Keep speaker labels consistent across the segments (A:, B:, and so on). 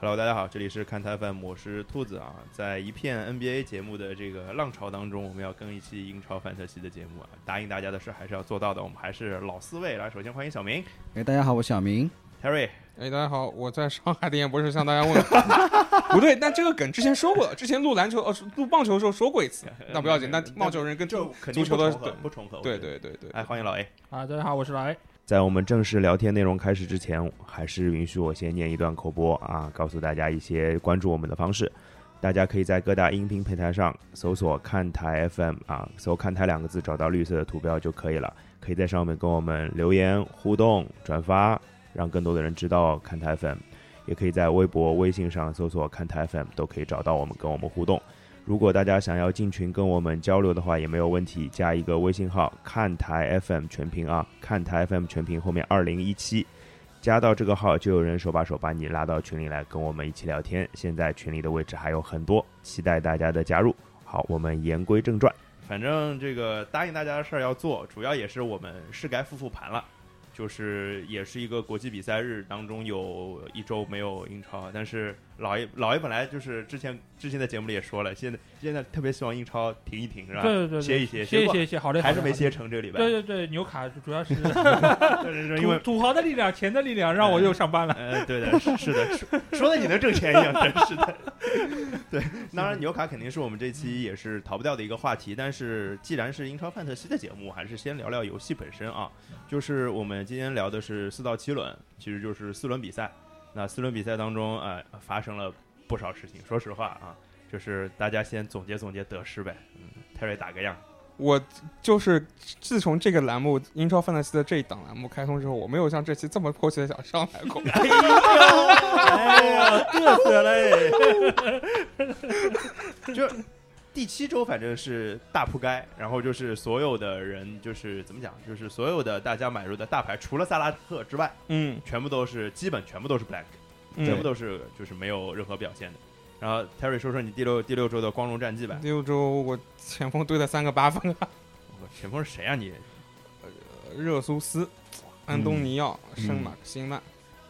A: Hello，大家好，这里是看台 FM，我是兔子啊。在一片 NBA 节目的这个浪潮当中，我们要更一期英超范特西的节目啊。答应大家的事还是要做到的，我们还是老四位来。首先欢迎小明
B: 哎，大家好，我小明。
A: Terry，
C: 哎，大家好，我在上海的演播室向大家问好。 不对，但这个梗之前说过了，之前录篮球呃录棒球的时候说过一次，那不要紧，那棒球人跟
A: 这
C: 足
A: 肯定
C: 足
A: 不
C: 球的
A: 重合，不重合。我
C: 对
A: 觉得，
C: 对对对，
A: 哎，欢迎老 A。
D: 啊，大家好，我是老 A。
A: 在我们正式聊天内容开始之前，还是允许我先念一段口播啊，告诉大家一些关注我们的方式。大家可以在各大音频平台上搜索“看台 FM” 啊，搜“看台”两个字，找到绿色的图标就可以了。可以在上面跟我们留言互动、转发，让更多的人知道看台 FM。也可以在微博、微信上搜索“看台 FM”，都可以找到我们，跟我们互动。如果大家想要进群跟我们交流的话，也没有问题，加一个微信号“看台 FM 全屏”啊，“看台 FM 全屏”后面二零一七，加到这个号就有人手把手把你拉到群里来跟我们一起聊天。现在群里的位置还有很多，期待大家的加入。好，我们言归正传，反正这个答应大家的事儿要做，主要也是我们是该复复盘了。就是也是一个国际比赛日当中有一周没有英超，但是老爷老爷本来就是之前之前在节目里也说了，现在现在特别希望英超停一停是吧？
D: 对对对，
A: 歇一歇
D: 歇，
A: 结
D: 歇
A: 果
D: 歇歇，好嘞，
A: 还是没
D: 好嘞。
A: 歇成这个礼拜，
D: 对对对，纽卡主 要是
A: 是因
D: 土
A: 为
D: 土豪的力量，钱的力量，让我又上班了。
A: 呃，对的，是是的，说说的你能挣钱一样，真是的。 对，当然纽卡肯定是我们这期也是逃不掉的一个话题，但是既然是英超范特西的节目，还是先聊聊游戏本身啊。就是我们今天聊的是四到七轮，其实就是四轮比赛。那四轮比赛当中，呃，发生了不少事情。说实话啊，就是大家先总结总结得失呗。嗯，泰瑞打个样，
C: 我就是自从这个栏目《英超范特西》的这一档栏目开通之后，我没有像这期这么迫切的想上来过。
A: 哎呀，嘚瑟嘞！ 就第七周，反正是大铺盖，然后就是所有的人，就是怎么讲，就是所有的大家买入的大牌，除了萨拉赫之外，
C: 嗯，
A: 全部都是基本全部都是 blank，
C: 嗯
A: 全部都是就是没有任何表现的。然后 Terry 说说你第六第六周的光荣战绩吧。
C: 六周我前锋堆了三个八分啊，
A: 我前锋是谁啊你？
C: 热苏斯、安东尼奥、圣马克辛曼，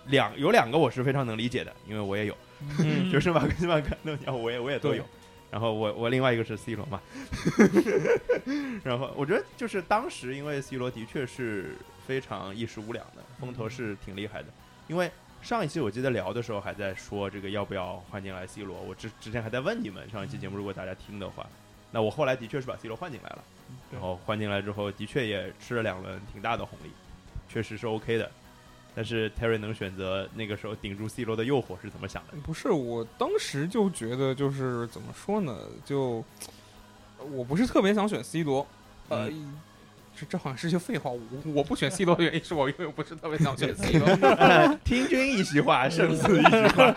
A: 两有两个我是非常能理解的，因为我也有，
C: 嗯
A: 就是马克 西曼跟诺尼奥，我也我也都
C: 对
A: 有。然后我我另外一个是 C 罗嘛， 然后我觉得就是当时因为 C 罗的确是非常一时无两的，风头是挺厉害的。因为上一期我记得聊的时候还在说这个要不要换进来 C 罗，我之之前还在问你们上一期节目如果大家听的话，那我后来的确是把 C 罗换进来了，
D: 对
A: 然后换进来之后的确也吃了两轮挺大的红利，确实是 OK 的。但是 Terry 能选择那个时候顶住 C 罗的诱惑是怎么想的？
C: 不是，我当时就觉得就是怎么说呢，就我不是特别想选 C 罗，呃，这这好像是一句废话。我我不选 C 罗的原因是我因为我不是特别想选 C 罗，
A: 听君一席话，胜似一席话。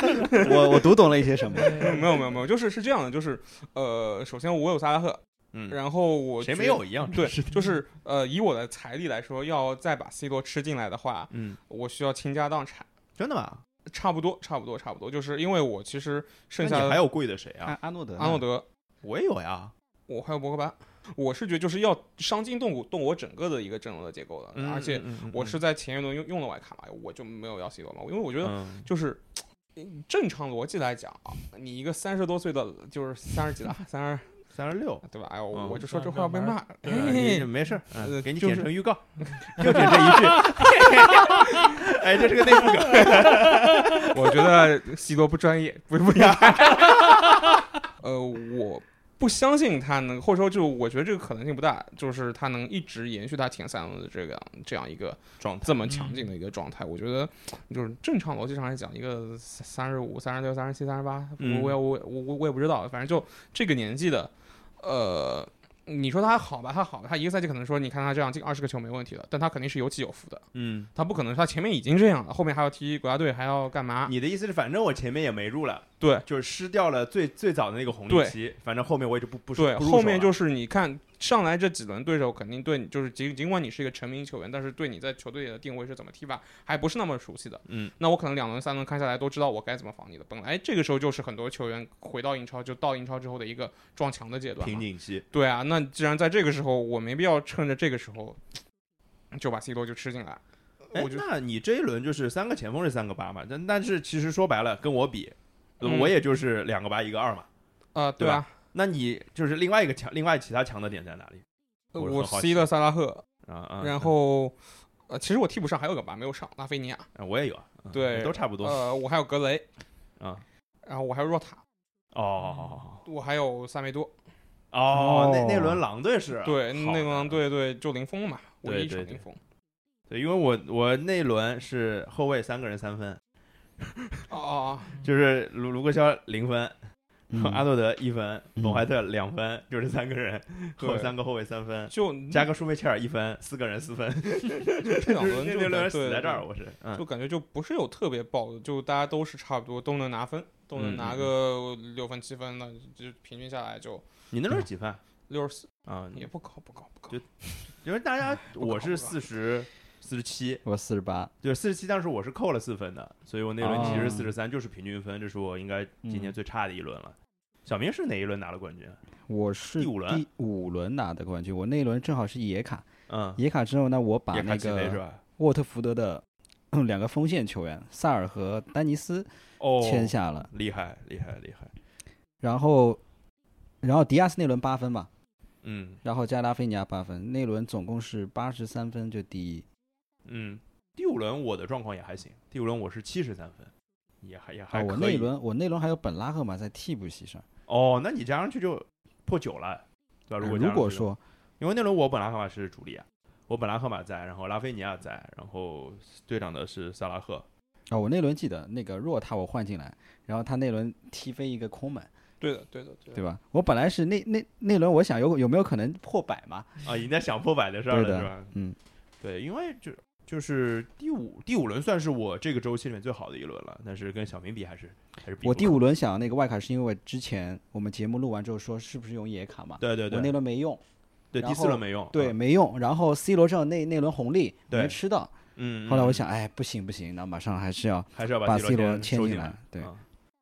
B: 我我读懂了一些什么？
C: 没有没有没有，就是是这样的，就是呃，首先我有萨拉赫，
A: 嗯，
C: 然后我
A: 谁
C: 觉
A: 没有一样
C: 对
A: 真是，的
C: 就是呃，以我的财力来说，要再把 C 罗吃进来的话，
A: 嗯，
C: 我需要倾家荡产，
A: 真的吗？
C: 差不多差不多差不多，就是因为我其实剩下哎
A: 那你
C: 的
A: 还有贵的谁啊？
B: 阿阿诺德呢，
C: 阿诺德，
A: 我也有呀。
C: 我还有博格巴，我是觉得就是要伤筋动骨动我整个的一个阵容的结构的，
A: 嗯
C: 而且
A: 嗯嗯嗯
C: 我是在前一轮用用了外卡嘛，我就没有要 C 罗嘛，因为我觉得
A: 嗯
C: 就是。嗯正常逻辑来讲啊，你一个三十多岁的，就是三十几了，三十
A: 三十六，
C: 对吧？哎呦，
A: 嗯
C: 我就说这话要被骂。
A: 呃你
C: 嘿
A: 没事儿，嗯
C: 呃
A: 给你
C: 就
A: 剪
C: 是
A: 成预告，就剪这一句。 哎，这是个内部梗。
C: 我觉得 C 罗不专业，不不应该。 呃，我不相信他能，或者说就我觉得这个可能性不大，就是他能一直延续他前三轮的这个这样一个
A: 状态
C: 这么强劲的一个状态。我觉得就是正常逻辑上来讲，一个三十五、三十六、三十七、三十八，
A: 嗯
C: 我我也我我我我也不知道，反正就这个年纪的，呃。你说他好吧，他好，他一个赛季可能说，你看他这样进二十个球没问题了，但他肯定是有起有伏的，
A: 嗯，
C: 他不可能说他前面已经这样了，后面还要踢国家队，还要干嘛？
A: 你的意思是，反正我前面也没入了，
C: 嗯对，
A: 就是失掉了最最早的那个红利
C: 对
A: 期，反正后面我也就不不
C: 对，
A: 不入手
C: 后面
A: 了
C: 就是你看上来这几轮对手肯定对你就是尽尽管你是一个成名球员，但是对你在球队里的定位是怎么踢法还不是那么熟悉的。
A: 嗯，
C: 那我可能两轮三轮看下来都知道我该怎么防你的。本来这个时候就是很多球员回到英超就到英超之后的一个撞墙的阶段
A: 瓶
C: 嘛。
A: 颈期。
C: 对啊，那既然在这个时候，我没必要趁着这个时候就把 C 罗就吃进来。
A: 哎
C: 我，觉得
A: 那你这一轮就是三个前锋是三个八嘛？但但是其实说白了，跟我比，
C: 嗯
A: 我也就是两个八一个二嘛。
C: 啊，
A: 对吧
C: 吧？
A: 那你就是另外一个强，另外其他强的点在哪里？
C: 呃
A: 我是
C: 我
A: 很好
C: C 了萨拉赫，
A: 啊啊！
C: 然后呃，其实我替补上还有个吧，没有上拉菲尼亚，
A: 啊我也有啊，啊
C: 对
A: 都差不多啊
C: 呃，我还有格雷，。
A: 哦
C: 然后我还有若塔，
A: 哦
C: 我还有萨梅多，
A: 哦哦
B: 哦，
A: 那那轮狼队是
C: 对，
A: 啊好
C: 那个对对，就零封嘛，
A: 对
C: 唯一
A: 对
C: 场
A: 对
C: 零封。
A: 对，因为我我那轮是后卫三个人三分，
C: 哦哦，
A: 就是卢卢克肖零分，
B: 嗯
A: 阿诺德一分，
B: 嗯
A: 董怀特两分，就是三个人，后
C: 对
A: 三个后卫三分
C: 哦， 就
A: 加个舒梅切尔一分，四个人四分，
C: 这两
A: 就是那那
C: 轮就
A: 轮
C: 感对
A: 死在这儿，
C: 对
A: 我是嗯
C: 就感觉就不是有特别爆的，就大家都是差不多都能拿分，都
A: 嗯
C: 能拿个六分七分的，就平均下来就
A: 你那轮几分
C: 六十四，
A: 啊？
C: 也不高不高不高
A: 就。因为大家
C: 搞
A: 我是
C: 不搞
A: 四十四十七，
B: 我四十八，
A: 就是四十七，但是我是扣了四分的，所以我那轮其实
B: 哦
A: 四十三就是平均分，这是我应该今年
B: 嗯
A: 最差的一轮了。小明是哪一轮拿了冠军？啊
B: 我是
A: 第五轮
B: 第五轮拿的冠军，我那一轮正好是野卡，
A: 嗯，
B: 野卡之后呢，我把
A: 也
B: 那
A: 看起飞是
B: 个
A: 吧？
B: 沃特福德的嗯两个锋线球员萨尔和丹尼斯
A: 哦，
B: 签下了，
A: 厉害厉害厉害，
B: 然后然后迪亚斯那轮八分吧，
A: 嗯
B: 然后加拉菲尼亚八分，那轮总共是八十三分，就第一。
A: 嗯。第五轮我的状况也还行，第五轮我是七十三分，也还也
B: 啊，
A: 还
B: 我
A: 可
B: 那一
A: 以。
B: 轮我那轮还有本拉赫马在替补席上。
A: 哦，那你加上去就破九了，对吧？啊如
B: 啊
A: 果
B: 如果
A: 加上去的话
B: 说
A: 因为那轮我本拉赫马是主力啊，我本拉赫马在，然后拉菲尼亚在，然后队长的是萨拉赫。
B: 啊、我那轮记得那个若塔我换进来，然后他那轮踢飞一个空门，
C: 对的对的对的。
B: 对吧？我本来是那那那轮我想有有没有可能破百嘛？
D: 哎
A: 啊，已经在想破百的事儿
B: 对
A: 了，
B: 的
A: 是吧？
B: 嗯，
A: 对，因为就就是第五第五轮算是我这个周期里面最好的一轮了，但是跟小明比还是还是比
B: 我
A: 不
B: 第
A: 上
B: 五轮想那个外卡是因为之前我们节目录完之后说是不是用野卡嘛？
A: 对对
B: 我那
A: 对
B: 轮没用，
A: 对
B: 然
A: 第四
B: 后
A: 轮没用，
B: 对，
A: 啊
B: 没用。然后 C 罗正好那那轮红利
A: 对
B: 没吃到，
A: 嗯，
B: 后来我
A: 嗯
B: 想，哎，不行不行，那马上还是要
A: 还是要
B: 把
A: C
B: C 罗
A: 先
B: 签
A: 收
B: 进
A: 来
B: 来，对
A: 啊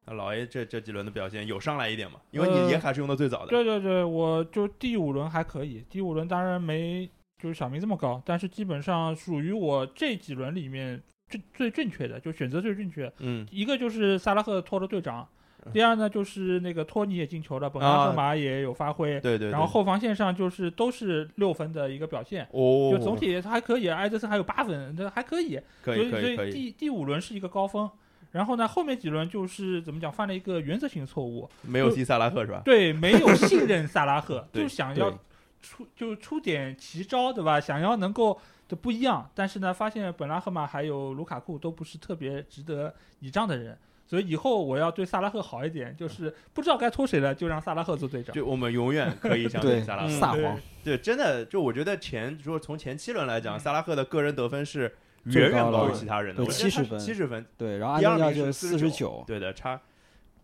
A: 那老 A 这这几轮的表现有上来一点嘛？因为
D: 呃
A: 你野卡是用的最早的，
D: 对对对，我就第五轮还可以，第五轮当然没就是小明这么高，但是基本上属于我这几轮里面最最正确的，就选择最正确的。
A: 嗯
D: 一个就是萨拉赫拖了队长
A: 嗯，
D: 第二呢就是那个托尼也进球了，本
A: 啊
D: 拉赫马也有发挥，
A: 对对，
D: 然后
A: 对
D: 后防线上就是都是六分的一个表现。
A: 哦，
D: 就总体还可以，埃德森还有八分，这还可以。
A: 可
D: 所以
A: 以可
D: 所
A: 以可
D: 以
A: 以，
D: 第第五轮是一个高峰，然后呢后面几轮就是怎么讲犯了一个原则性错误，
A: 没有 C 萨拉赫是吧？，
D: 对，没有信任萨拉赫
A: 对
D: 就想要
B: 对
D: 出就出点奇招，对吧？想要能够就不一样，但是呢，发现本拉赫马还有卢卡库都不是特别值得倚仗的人，所以以后我要对萨拉赫好一点，就是不知道该拖谁了，就让萨拉赫做队长。
A: 就我们永远可以相信
B: 对
A: 萨拉
C: 嗯
A: 赫。
B: 撒
D: 对
B: 谎，
A: 对，真的，就我觉得前说从前七轮来讲，
D: 嗯
A: 萨拉赫的个人得分是
B: 最
A: 远远
B: 高
A: 高于
B: 了
A: 其他人的，
B: 对70分
A: 七十分，
B: 对。然后安
A: 第二
B: 东尼奥
A: 名是
B: 就四十
A: 49
B: 九，
A: 对的，差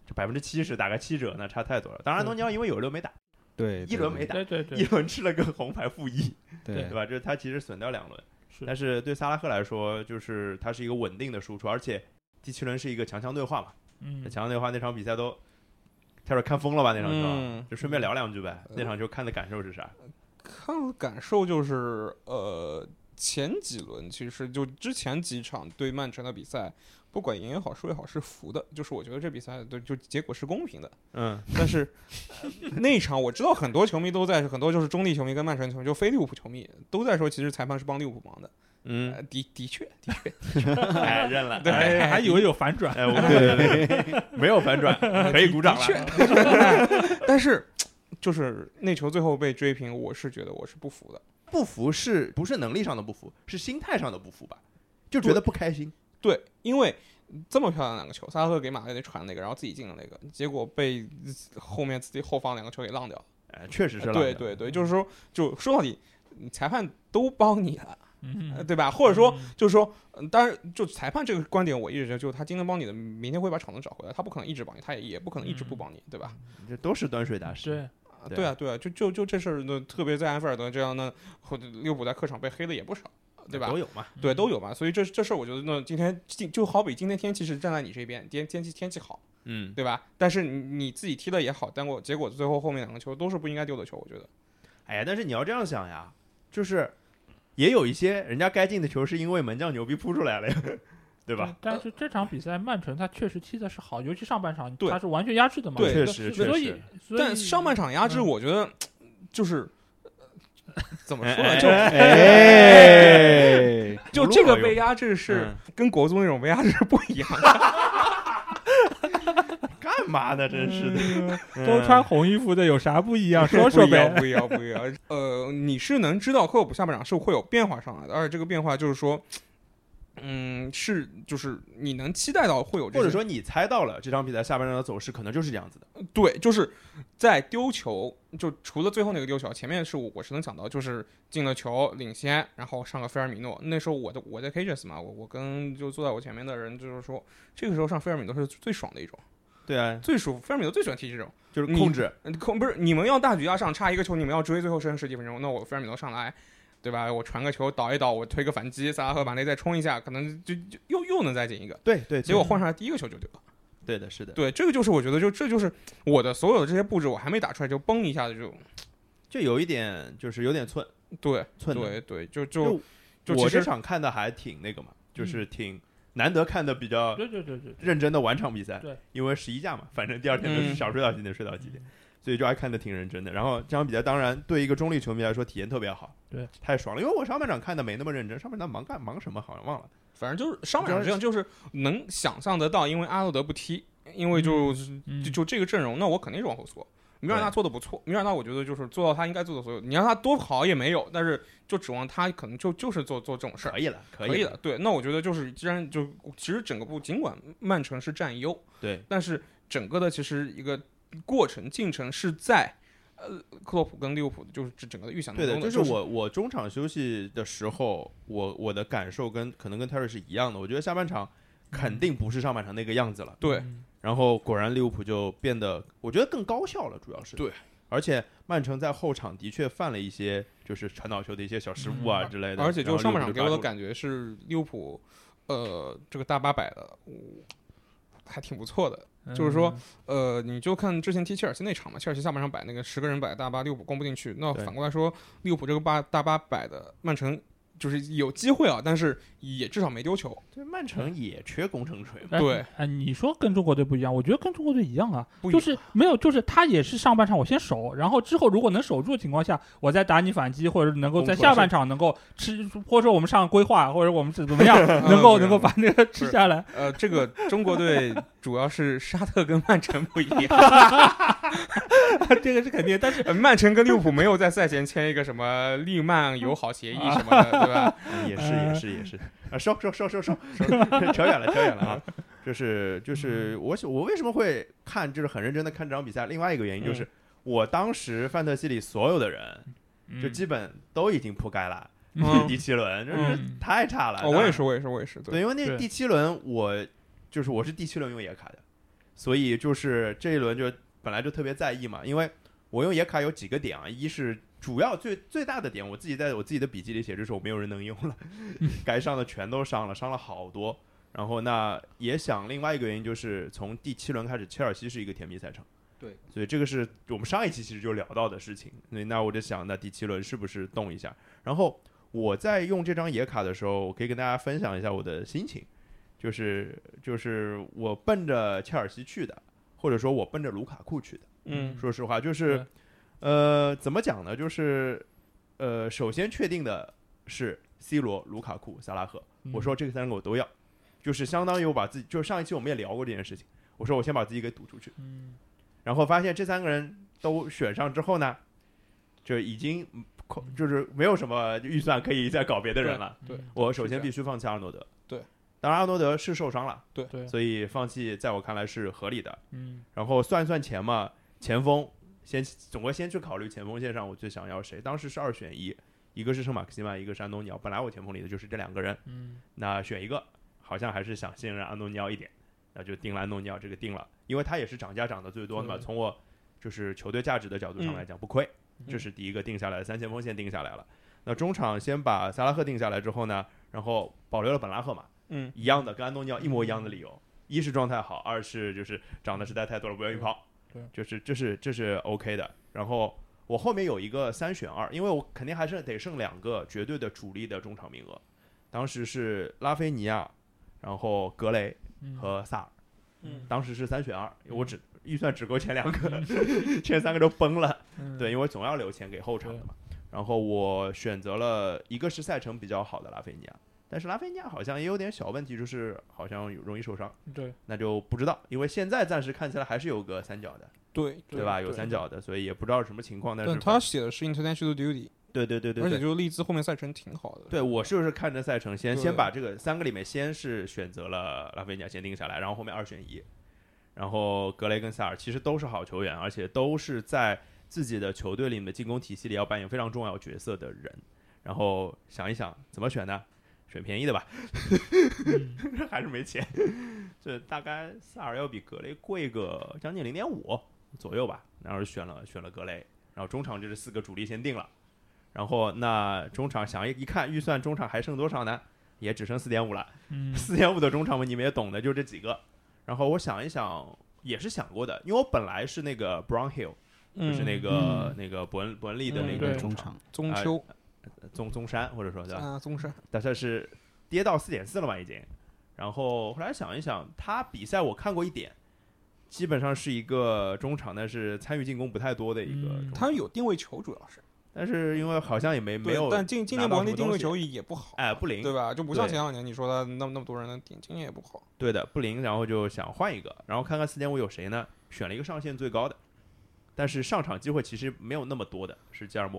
A: 这百分之七十，打个七折，那差太多了。当然，安东尼奥因为有一轮没打，
B: 对，
A: 一轮没打，
D: 对对
A: 一
D: 对，
A: 轮吃了个红牌负一，
B: 对
A: 对吧？就是他其实损掉两轮，
D: 是
A: 但是对萨拉赫来说，就是他是一个稳定的输出，而且第七轮是一个强强对话嘛，
D: 嗯
A: 强强对话那场比赛都泰尔看疯了吧那场球。啊
C: 嗯，
A: 就顺便聊两句呗，那场球看的感受是啥？
C: 看感受就是呃，前几轮其实就之前几场对曼城的比赛，不管赢也好输也好是服的，就是我觉得这比赛对就结果是公平的。
A: 嗯，
C: 但是呃那一场我知道很多球迷都在，很多就是中立球迷跟曼城球迷，就非利物浦球迷都在说，其实裁判是帮利物浦忙的。
A: 嗯，
C: 呃的的确的确，嗯
A: 哎，认了，
C: 对
A: 哎
D: 还以为有反转，
A: 哎，我们对对 对，没有反转，可以鼓掌
C: 的
A: 了。
C: 确，的确 但是就是那球最后被追平，我是觉得我是不服的。
A: 不服是不是能力上的不服，是心态上的不服吧？就觉得不开心。
C: 对，因为这么漂亮的两个球，萨拉赫给马内传那个，然后自己进了那个，结果被后面自己后方两个球给浪掉了。
A: 哎，确实是浪
C: 对
A: 的
C: 对对，就是说，就说到底，裁判都帮你了，呃
D: 嗯，
C: 对吧？或者说，
D: 嗯
C: 就是说，嗯当然，就裁判这个观点，我一直觉得，就是他今天帮你的，明天会把场子找回来，他不可能一直帮你，他也也不可能一直不帮你，对吧？
A: 这都是端水大师。
D: 嗯对，
C: 啊对啊，对啊，就就就这事儿呢，特别在安菲尔德这样的，或者利物浦在客场被黑的也不少，对吧
A: 都？有
D: 嗯
A: 嘛。
C: 对，都有嘛，所以这这事儿，我觉得呢，今天今就好比今天天气是站在你这边，天天气天气好，
A: 嗯，
C: 对吧？但是你你自己踢的也好，但我结果最后后面两个球都是不应该丢的球，我觉得。
A: 哎呀，但是你要这样想呀，就是也有一些人家该进的球是因为门将牛逼扑出来了呀， 对吧？
D: 嗯但是这场比赛曼城他确实踢的是好，尤其上半场
C: 对
D: 他是完全压制的嘛。
C: 对
A: 确实确
D: 所以
A: 实，
D: 所以嗯
C: 但上半场压制，我觉得就是呃怎么说呢，就
A: 哎，
C: 就这个被压制
A: 嗯
C: 是跟国足那种被压制是不一样的。
A: 干嘛呢？真是的，
D: 嗯都穿红衣服的有啥不一 样？ 说
C: 不
D: 说
C: 一样，
D: 呗。
C: 不一样，不一样。呃，你是能知道克洛普下半场是会有变化上来的，而且这个变化就是说，嗯，是就是你能期待到会有这
A: 或者
C: 些
A: 说你猜到了这场比赛下半场的走势可能就是这样子的。
C: 对，就是在丢球，就除了最后那个丢球，前面是我我是能想到，就是进了球领先，然后上个菲尔米诺。那时候我的我在 Cages 嘛，我我跟就坐在我前面的人就是说，这个时候上菲尔米诺是最爽的一种，
A: 对啊，
C: 最舒服。菲尔米诺最喜欢踢这种，
A: 就是控制，
C: 嗯控不是你们要大局要上，差一个球你们要追，最后剩十几分钟，那我菲尔米诺上来。对吧？我传个球倒一倒，我推个反击，萨拉赫把内再冲一下，可能就就又又能再进一个。
A: 对对，
C: 结果换上来第一个球就丢了。
A: 对的，是的，
C: 对，这个就是我觉得就这就是我的所有的这些布置，我还没打出来就崩一下子就
A: 就有一点就是有点寸
C: 对
A: 寸的。
C: 对对，就就就
A: 我
C: 其
A: 这
C: 实
A: 场看的还挺那个嘛，
C: 嗯
A: 就是挺难得看的比较
D: 对对对对，
A: 认真的完场比赛。
D: 对，
A: 因为十一架嘛，反正第二天都是
C: 嗯
A: 想睡到几点睡到几点，所以就还看的挺认真的。然后这场比赛当然对一个中立球迷来说体验特别好，
D: 对，
A: 太爽了。因为我上半场看的没那么认真，上半场忙干忙什么好像忘了。
C: 反正就是上半场这样，就是能想象得到，因为阿诺德不踢，因为就是
D: 嗯
C: 就就这个阵容，那我肯定是往后缩。米尔纳做的不错，米尔纳我觉得就是做到他应该做的所有，你让他多好也没有，但是就指望他可能就就是做做这种事儿。
A: 可以了，可
C: 可以
A: 以
C: 的，，对。那我觉得就是，既然就其实整个部，尽管曼城是占优，
A: 对，
C: 但是整个的其实一个过程进程是在呃克洛普跟利物浦就是这整个的预想当
A: 对
C: 中
A: 的，
C: 的，
A: 就是我我中场休息的时候，我我的感受跟可能跟 Terry 是一样的，我觉得下半场肯定不是上半场那个样子了。
C: 嗯对
A: 然后果然利物浦就变得，我觉得更高效了，主要是
C: 对。
A: 而且曼城在后场的确犯了一些就是传导球的一些小失误啊之类的，
C: 嗯而且就是上半场给我的
A: 觉，
C: 感觉是利物浦，呃，这个大巴摆的，我还挺不错的。
D: 嗯
C: 就是说，呃，你就看之前踢切尔西那场嘛，切尔西下半场摆那个十个人摆大巴，利物浦攻不进去。那
A: 对
C: 反过来说，利物浦这个巴大巴摆的，曼城就是有机会啊，但是也至少没丢球。
A: 对曼城也缺攻城锤嘛，
D: 哎
C: 对，
D: 哎，你说跟中国队不一样，我觉得跟中国队一样啊，
C: 不一
D: 就
C: 样
D: 是没有，就是他也是上半场我先守，然后之后如果能守住的情况下，我再打你反击，或者能够在
A: 攻
D: 下
A: 克
D: 半场能够吃，或者说我们上规划，或者我们是怎么样能
C: 不
D: 够
C: 一
D: 能够
C: 样
D: 把那个吃下来。
C: 呃，这个中国 队主要是沙特跟曼城不一样，
D: 这个是肯定，但是
C: 呃曼城跟利物浦没有在赛前签一个什么利曼友好协议什么的，对吧？
A: 也是
D: 呃
A: 也是也是啊，收收收收收， 收扯远了扯远了啊。就是就是
C: 嗯
A: 我喜我为什么会看就是很认真的看这场比赛，另外一个
C: 嗯
A: 原因就是、我当时范特西里所有的人就基本都已经扑街了，
C: 嗯
A: 第七轮真是
D: 嗯
A: 太差了。
C: 哦，我也是，我也是，我也是，
A: 对，
C: 对，
A: 因为那
D: 对
A: 第七轮我就是我是第七轮用野卡的，所以就是这一轮就本来就特别在意嘛，因为我用野卡有几个点啊，一是主要最最大的点，我自己在我自己的笔记里写，就是我没有人能用了，该上的全都上了，上了好多。然后那也想另外一个原因就是从第七轮开始，切尔西是一个甜蜜赛场。
B: 对，
A: 所以这个是我们上一期其实就聊到的事情。那那我就想，那第七轮是不是动一下？然后我在用这张野卡的时候，我可以跟大家分享一下我的心情，就是就是我奔着切尔西去的，或者说我奔着卢卡库去的。
C: 嗯
A: 说实话，就是呃，怎么讲呢？就是呃，首先确定的是 C 罗、卢卡库、萨拉赫，
D: 嗯
A: 我说这个三个我都要，就是相当于我把自己，就是上一期我们也聊过这件事情，我说我先把自己给赌出去，
D: 嗯
A: 然后发现这三个人都选上之后呢，就已经空
C: 嗯
A: 就是没有什么预算可以再搞别的人了。
C: 对，
A: 我首先必须放弃阿诺德，
C: 对，
A: 当然阿诺德是受伤了，
C: 对
D: 对
A: 所以放弃在我看来是合理的。
D: 嗯
A: 然后算一算钱嘛，前锋先总归先去考虑前锋线上我最想要谁，当时是二选一，一个是圣马克西曼，一个是安东尼奥，本来我前锋里的就是这两个人。
D: 嗯
A: 那选一个，好像还是想信任安东尼奥一点，那就定了安东尼奥这个定了，因为他也是涨价涨的最多的嘛。
D: 对
A: 从我就是球队价值的角度上来讲，不亏，
D: 嗯
A: 这是第一个定下来，三前锋线定下来了。那中场先把萨拉赫定下来之后呢，然后保留了本拉赫嘛，
C: 嗯，
A: 一样的，跟安东尼奥一模一样的理由，一是状态好，二是就是长得实在太多了，不愿意跑，
D: 对
A: 就是这是这是 OK 的。然后我后面有一个三选二，因为我肯定还是得剩两个绝对的主力的中场名额，当时是拉菲尼亚，然后格雷
D: 嗯
A: 和萨尔，
C: 嗯
A: 当时是三选二，我只预算只够前两个， 前三个都崩了。
D: 嗯
A: 对，因为总要留钱给后场的嘛。然后我选择了一个是赛程比较好的拉菲尼亚，但是拉菲尼亚好像也有点小问题，就是好像有容易受伤，
D: 对，
A: 那就不知道，因为现在暂时看起来还是有个三角的，
C: 对
A: 对吧？有三。角的，所以也不知道是什么情况。但是
C: 但他写的是 international duty，
A: 对对对对
C: 而且
A: 对，
C: 就是利兹后面赛程挺好的。
A: 对我就是看着赛程先
C: 对
A: 先把这个三个里面先是选择了拉菲尼亚先定下来，然后后面二选一，然后格雷跟萨尔其实都是好球员，而且都是在自己的球队里面的进攻体系里要扮演非常重要角色的人。然后想一想怎么选呢？选便宜的吧，
D: 嗯
A: 还是没钱。这大概萨尔要比格雷贵个将近零点五左右吧，然后选了选了格雷，然后中场就是四个主力先定了，然后那中场想一一看预算中场还剩多少呢？也只剩四点五了，
D: 嗯
A: 四点五的中场嘛，你们也懂的，就这几个。然后我想一想，也是想过的，因为我本来是那个 Brown Hill，
C: 嗯，
A: 就是那个、那个伯恩伯恩利的那
C: 嗯
A: 个
C: 对
B: 中
A: 场
B: 场
C: 中秋
A: 宗宗山，或者说对吧？
C: 啊，宗山。
A: 但是是跌到四点四了吧已经。然后后来想一想，他比赛我看过一点，基本上是一个中场，但是参与进攻不太多的一个
D: 嗯
A: 中场。
C: 他有定位球，主要是
A: 但是因为好像也没没
C: 对
A: 有，
C: 但今今
A: 拿
C: 年
A: 到
C: 伯恩
A: 什
C: 利
A: 么
C: 定位
A: 东
C: 球也不好，
A: 哎不灵，
C: 对吧？就不像
A: 对
C: 前两年你说他那么那么多人能顶，今年也不好。
A: 对的不灵，然后就想换一个，然后看看四点五有谁呢？选了一个上限最高的，但是上场机会其实没有那么多的，是吉尔莫，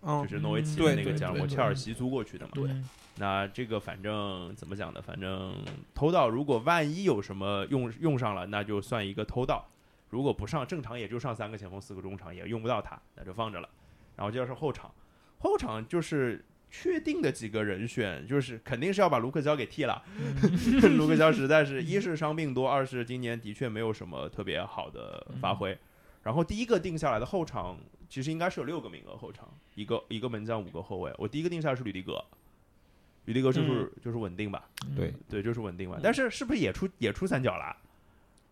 A: 就
C: 嗯，
A: 是诺维奇
C: 嗯对
A: 的那个
C: 对
A: 吉尔
C: 对
A: 莫，
D: 对
A: 切尔西租过去的嘛。
D: 对，
A: 那这个反正怎么讲呢？反正偷盗，如果万一有什么用用上了，那就算一个偷盗；如果不上，正常也就上三个前锋、四个中场，也用不到它，那就放着了。然后接着是后场，后场就是确定的几个人选，就是肯定是要把卢克肖给替了。卢克肖实在是一是伤病多，二是今年的确没有什么特别好的发挥。然后第一个定下来的后场其实应该是有六个名额，后场一个一个门将，五个后卫。我第一个定下来是吕迪格，吕迪格
B: 嗯
A: 就是、就是稳定吧？
B: 对
A: 对，就是稳定吧
C: 嗯。
A: 但是是不是也出也出三角了？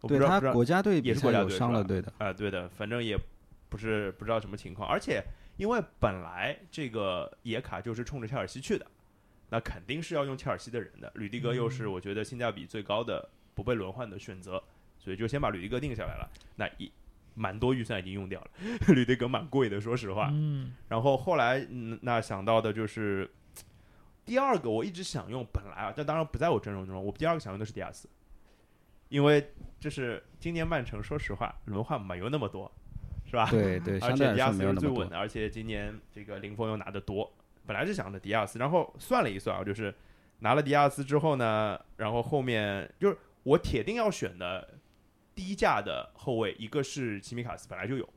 A: 我不
B: 对
A: 知道，不
B: 他
A: 知道
B: 国家队
A: 也
B: 比
A: 是国
B: 赛
A: 家
B: 有
A: 队是
B: 伤
A: 吧
B: 了，对的，
A: 啊、对的，反正也不是不知道什么情况，而且因为本来这个野卡就是冲着切尔西去的，那肯定是要用切尔西的人的。吕迪格又是
B: 嗯
A: 我觉得性价比最高的不被轮换的选择，所以就先把吕迪格定下来了。那一蛮多预算已经用掉了， 吕迪格蛮贵的，说实话。
D: 嗯
A: 然后后来，嗯，那想到的就是第二个，我一直想用，本来啊，但当然不在我阵容中。我第二个想用的是迪亚斯，因为就是今年曼城，说实话轮换没有那么多，是吧？
B: 对对，
A: 啊而
B: 相对
A: 且迪
B: 来
A: 亚
B: 说
A: 斯
B: 没
A: 又是
B: 有那
A: 最
B: 么
A: 稳
B: 多。
A: 的，而且今年这个林峰又拿的多，本来是想着迪亚斯，然后算了一算啊，就是拿了迪亚斯之后呢，然后后面就是我铁定要选的低价的后卫，一个是齐米卡斯，本来就有，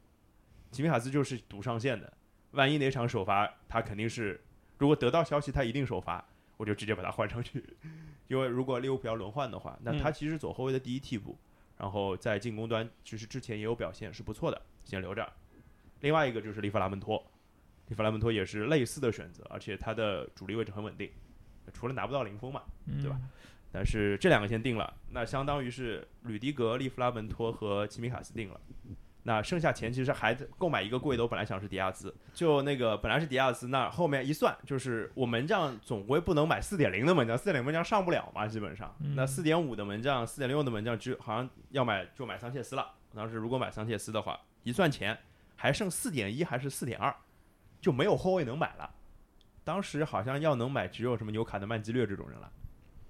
A: 齐米卡斯就是赌上限的，万一哪场首发他肯定是，如果得到消息他一定首发，我就直接把他换上去， 因为如果利物浦要轮换的话，那
B: 嗯
A: 他其实左后卫的第一替补，然后在进攻端其实之前也有表现是不错的，先留着。另外一个就是利弗拉门托，利弗拉门托也是类似的选择，而且他的主力位置很稳定，除了拿不到零封嘛，对
D: 嗯
A: 吧？但是这两个先定了，那相当于是吕迪格、利弗拉门托和齐米卡斯定了。那剩下钱其实还购买一个贵的，我本来想是迪亚兹，就那个本来是迪亚兹，那后面一算，就是我门将总归不能买四点零的门将，四点零门将上不了嘛，基本上。
D: 嗯
A: 那四点五的门将、四点六的门将，只好像要买就买桑切斯了。当时如果买桑切斯的话，一算钱还剩四点一还是四点二，就没有后卫能买了。当时好像要能买，只有什么纽卡的曼基略这种人了，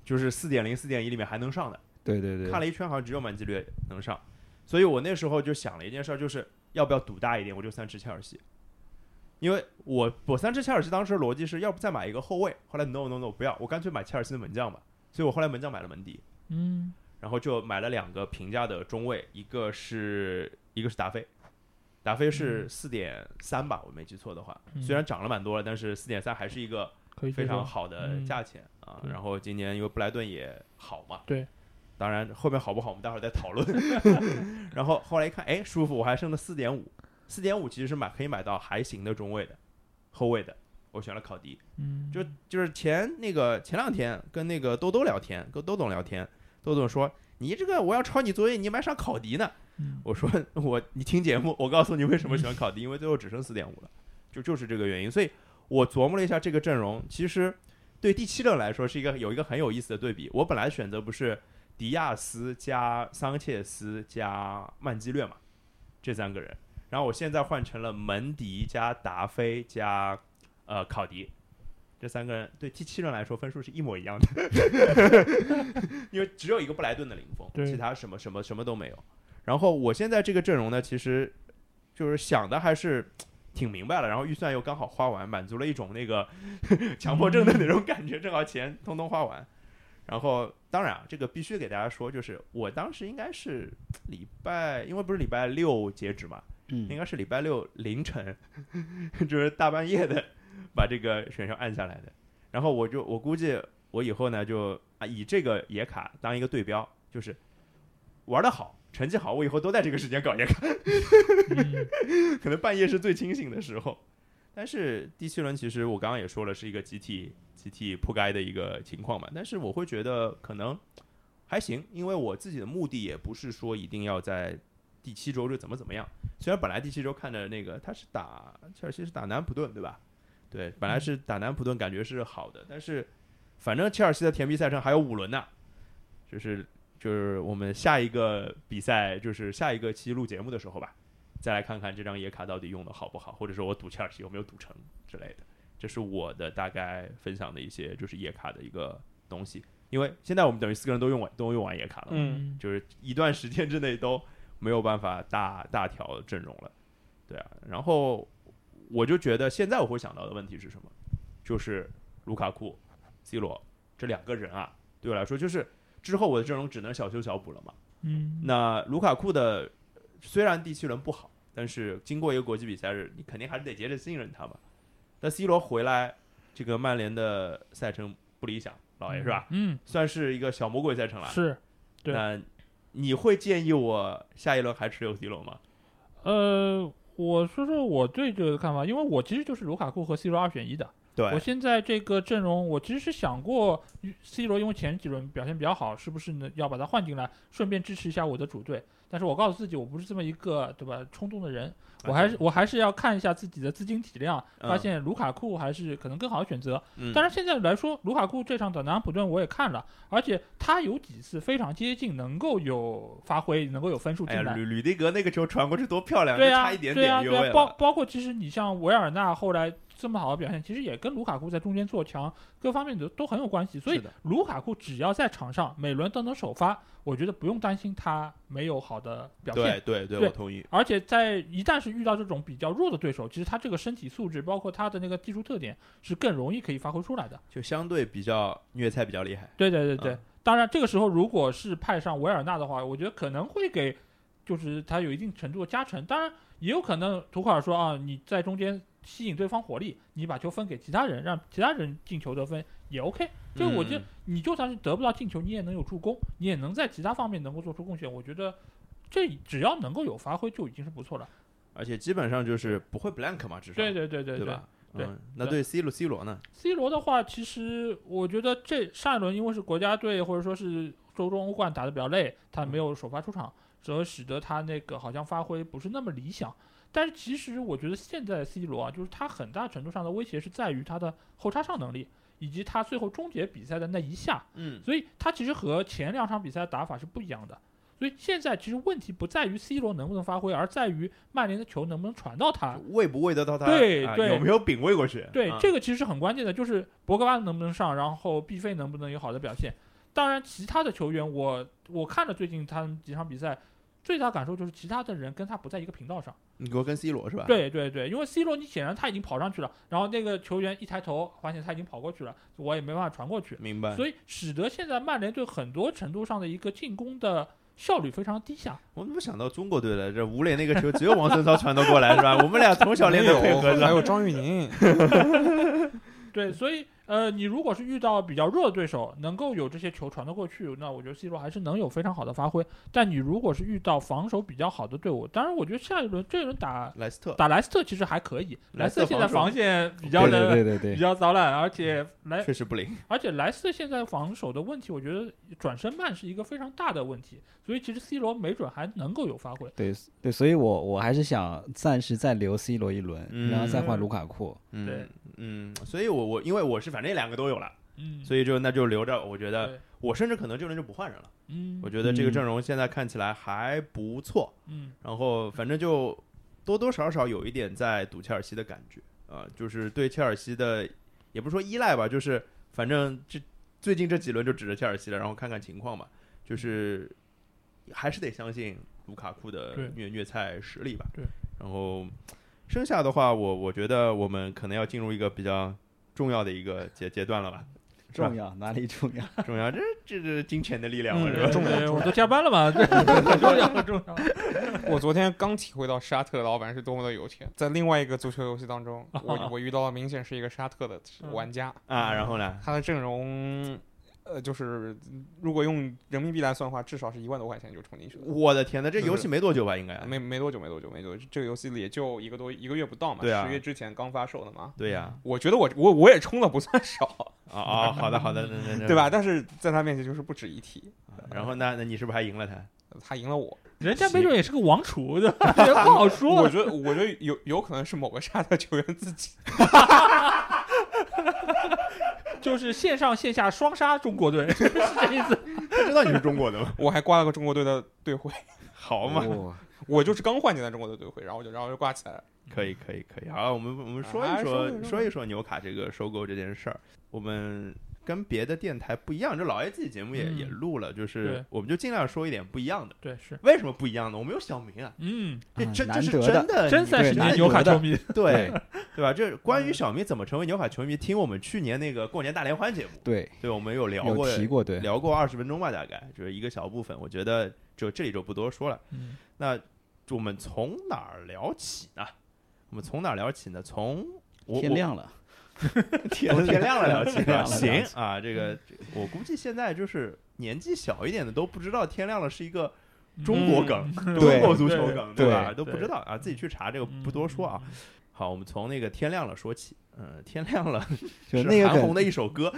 A: 就是四点零、四点一里面还能上的。
B: 对对对，
A: 看了一圈，好像只有满级率能上，所以我那时候就想了一件事儿，就是要不要赌大一点，我就三支切尔西，因为我我三支切尔西当时的逻辑是要不再买一个后卫，后来 no no no 不要，我干脆买切尔西的门将吧，所以我后来门将买了门迪，
D: 嗯
A: 然后就买了两个平价的中卫，一个是一个是达菲，达菲是四点三吧，我没记错的话，
D: 嗯
A: 虽然涨了蛮多了，但是四点三还是一个
D: 可以
A: 非
D: 接受
A: 常好的价钱啊。
D: 嗯对
A: 然后今年因为布莱顿也好嘛，
D: 对，
A: 当然后面好不好我们待会儿再讨论。 然后后来一看，哎，舒服，我还剩了四点五，四点五其实是买可以买到还行的中卫的、后卫的，我选了考迪。
D: 嗯
A: 就就是前那个前两天跟那个兜兜聊天，跟兜董聊天，兜董说你这个我要抄你作业，你买啥考迪呢？
D: 嗯
A: 我说我你听节目，我告诉你为什么喜欢考迪，因为最后只剩四点五了，就就是这个原因。所以我琢磨了一下这个阵容，其实对第七轮来说是一个有一个很有意思的对比。我本来选择不是迪亚斯加桑切斯加曼基略嘛，这三个人，然后我现在换成了门迪加达菲加呃考迪。这三个人对第七轮来说分数是一模一样的， 因为只有一个布莱顿的零封，
D: 对
A: 其他什么什么什么都没有。然后我现在这个阵容呢，其实就是想的还是挺明白了，然后预算又刚好花完，满足了一种那个 强迫症的那种感觉，正好钱通通花完。然后，当然啊，这个必须给大家说，就是我当时应该是礼拜，因为不是礼拜六截止嘛，应
B: 嗯，
A: 该是礼拜六凌晨， 就是大半夜的把这个选项按下来的。然后我就我估计我以后呢就啊以这个野卡当一个对标，就是玩的好，成绩好，我以后都在这个时间搞野卡，
D: 嗯
A: 可能半夜是最清醒的时候。但是第七轮其实我刚刚也说了是一个集体集体铺盖的一个情况嘛，但是我会觉得可能还行，因为我自己的目的也不是说一定要在第七周就怎么怎么样。虽然本来第七周看的那个他是打切尔西是打南普顿对吧？对，本来是打南普顿感觉是好的，但是反正切尔西的甜蜜赛程还有五轮呢，就是就是我们下一个比赛就是下一个期录节目的时候吧，再来看看这张野卡到底用的好不好，或者说我赌切尔西有没有赌成之类的。这是我的大概分享的一些就是野卡的一个东西，因为现在我们等于四个人都用完都用完野卡了嘛，
C: 嗯，
A: 就是一段时间之内都没有办法大大调阵容了，对啊。然后我就觉得现在我会想到的问题是什么？就是卢卡库、C 罗这两个人啊，对我来说就是之后我的阵容只能小修小补了嘛。
D: 嗯，
A: 那卢卡库的虽然第七轮不好，但是经过一个国际比赛日，你肯定还是得接着信任他吧。那 C 罗回来，这个曼联的赛程不理想，老爷是吧？？
D: 嗯，
A: 算是一个小魔鬼赛程了。
D: 是，对
A: 那你会建议我下一轮还持有 C 罗吗？
D: 呃，我说说我对这个看法，因为我其实就是卢卡库和 C 罗二选一的。我
A: 对，
D: 现在这个阵容，我其实是想过嗯，C 罗因为前几轮表现比较好，是不是能要把他换进来，顺便支持一下我的主队？但是我告诉自己，我不是这么一个对吧冲动的人，我还是我还是要看一下自己的资金体量，发
A: 嗯
D: 现卢卡库还是可能更好的选择。
A: 嗯
D: 当然现在来说，卢卡库这场打南安普顿我也看了，而且他有几次非常接近，能够有发挥，能够有分数
A: 哎
D: 进
A: 呀，
D: 来。
A: 吕吕迪格那个球传过去多漂亮，
D: 对
A: 就
D: 呀、
A: 差一点
D: 对呀、
A: 点越
D: 对啊
A: 位
D: 呀、包
A: 了。
D: 包括其实你像维尔纳后来这么好的表现，其实也跟卢卡库在中间做强，各方面都都很有关系。所
A: 是
D: 以
A: 的
D: 卢卡库只要在场上每轮都能首发，我觉得不用担心他没有好的表现
A: 对。对对，
D: 对
A: 我同意。
D: 而且在一旦是遇到这种比较弱的对手，其实他这个身体素质，包括他的那个技术特点，是更容易可以发挥出来的。
A: 就相对比较虐菜比较厉害。
D: 对对对对，
A: 嗯
D: 当然这个时候如果是派上维尔纳的话，我觉得可能会给，就是他有一定程度的加成。当然也有可能图赫尔说啊，你在中间吸引对方火力，你把球分给其他人，让其他人进球得分也 OK。这个我觉得
A: 嗯
D: 你就算是得不到进球，你也能有助攻，你也能在其他方面能够做出贡献。我觉得这只要能够有发挥就已经是不错了。
A: 而且基本上就是不会 blank 嘛，至少
D: 对对对对
A: 对吧？
D: 对
A: 嗯，那对 C 罗 C 罗呢？
D: C 罗的话，其实我觉得这上一轮因为是国家队或者说是周中欧冠打得比较累，他没有首发出场，所以使得他那个好像发挥不是那么理想。但是其实我觉得现在的 C 罗啊，就是他很大程度上的威胁是在于他的后插上能力，以及他最后终结比赛的那一下。
A: 嗯，
D: 所以他其实和前两场比赛的打法是不一样的。所以现在其实问题不在于 C 罗能不能发挥，而在于曼联的球能不能传到他。
A: 喂不喂得到他？
D: 对
A: 啊
D: 对
A: 有没有饼喂过去？
D: 对，
A: 啊
D: 这个其实是很关键的，就是博格巴能不能上，然后毕费能不能有好的表现。当然，其他的球员我，我看了最近他们几场比赛，最大感受就是其他的人跟他不在一个频道上。
A: 你给我跟 C 罗是吧？，
D: 对对对，因为 C 罗你显然他已经跑上去了，然后那个球员一抬头发现他已经跑过去了，我也没办法传过去，
A: 明白。
D: 所以使得现在曼联队很多程度上的一个进攻的效率非常低下。
A: 我怎么想到中国队了？这吴磊那个球只有王胜超传得过来是 吧？我们俩从小练的配合
C: 没
A: 是
C: 有还
A: 吧？
C: 有张玉宁，
D: 对，所以呃，你如果是遇到比较弱的对手，能够有这些球传得过去，那我觉得 C 罗还是能有非常好的发挥。但你如果是遇到防守比较好的队伍，当然我觉得下一轮这一轮打
A: 莱斯特
D: 打莱斯特其实还可以，
A: 莱
D: 莱
A: 斯
D: 斯
A: 特
D: 特现在
A: 防守嗯
D: 防线比较
B: 对
D: 的
B: 对对对
D: 比
B: 对，
D: 较糟烂，而且莱
A: 确实不灵。
D: 而且莱斯特现在防守的问题，我觉得转身慢是一个非常大的问题，所以其实 C 罗没准还能够有发挥。
B: 对对，所以我我还是想暂时再留 C 罗一轮，然后再换
D: 嗯
B: 卢卡库。
A: 嗯
D: 对
A: 嗯，所以我我因为我是反正两个都有了，
D: 嗯，
A: 所以就那就留着。我觉得
D: 对
A: 我甚至可能这轮就不换人了。
D: 嗯，
A: 我觉得这个
B: 嗯
A: 阵容现在看起来还不错，
D: 嗯
A: 然后反正就多多少少有一点在赌切尔西的感觉啊、就是对切尔西的也不是说依赖吧，就是反正这最近这几轮就指着切尔西了，然后看看情况吧，就是还是得相信卢卡库的
D: 对
A: 虐虐菜实力吧。
D: 对，
A: 然后剩下的话，我我觉得我们可能要进入一个比较重要的一个阶阶段了吧。是吧
B: 重要哪里重要？
A: 重要，这这是金钱的力量嘛，
C: 嗯
A: 是吧？
D: 对
C: 重要
D: 对我都加班了嘛，这很 重要很重要。
C: 我昨天刚体会到沙特老板是多么的有钱。在另外一个足球游戏当中， 我我遇到了明显是一个沙特的玩家，
A: 啊，然后呢？
C: 他的阵容，呃，就是如果用人民币来算的话，至少是一万多块钱就冲进去了。
A: 我的天呐，这
C: 就是
A: 游戏没多久吧？应该啊
C: 没没多久，没多久，没多久，这个游戏也就一个多一个月不到嘛，
A: 对啊
C: 十月之前刚发售的嘛。
A: 对呀、
C: 我觉得我我我也充的不算少，
A: 啊啊、好的好的，那那那
C: 对吧？？但是在他面前就是不值一提，
A: 然后那那你是不是还赢了他？
C: 他赢了我。
D: 人家没准也是个王储， 对吧？也不好说。
C: 我觉得我觉得有有可能是某个沙特球员自己，
D: 就是线上线下双杀中国 队，是这意思。
A: 他知道你是中国的吗？
C: 我还挂了个中国队的队徽，
A: 好嘛，
B: 哦，
C: 我就是刚换进来中国队队徽，然后我就然后就挂起来了。
A: 可以可以可以。好，我们我们说
C: 啊
A: 一说、
C: 说一说
A: 说一说纽卡这个收购这件事儿。我们跟别的电台不一样，就老爷自己节目也、
D: 嗯
A: 也录了，就是
D: 对
A: 我们就尽量说一点不一样的。
D: 对，是，
A: 为什么不一样呢？我们有小明啊，
D: 嗯，
A: 这
B: 啊
A: 这这
B: 难
A: 是
B: 得的
A: 真的，哎
D: 真算是
B: 对
D: 年
B: 难
D: 纽
B: 有
D: 卡
B: 得
D: 球迷。
A: 对对吧？这关于小明怎么成为纽卡球迷，听我们去年那个过年大联欢节目，
B: 对，
A: 对我们有聊
B: 有
A: 过
B: 提过对，
A: 聊过二十分钟吧，大概就是一个小部分。我觉得就这里就不多说了。
D: 嗯
A: 那我们从哪儿聊起呢？我们从哪儿聊起呢？从我
B: 天亮了，
A: 我 天天亮了聊起
B: 天
A: 吧。
B: 亮了
A: 行
B: 聊起嗯
A: 啊，这个我估计现在就是年纪小一点的都不知道天亮了是一个中国梗，中
D: 嗯
B: 嗯对
A: 国足球梗，
B: 对嗯
A: 吧？
D: 对
A: 都不知道啊，自己去查这个，不多说啊。。
D: 嗯
A: 好，我们从那个天亮了说起。嗯，天亮了
B: 就是那个
A: 韩红
B: 梗
A: 的一首歌。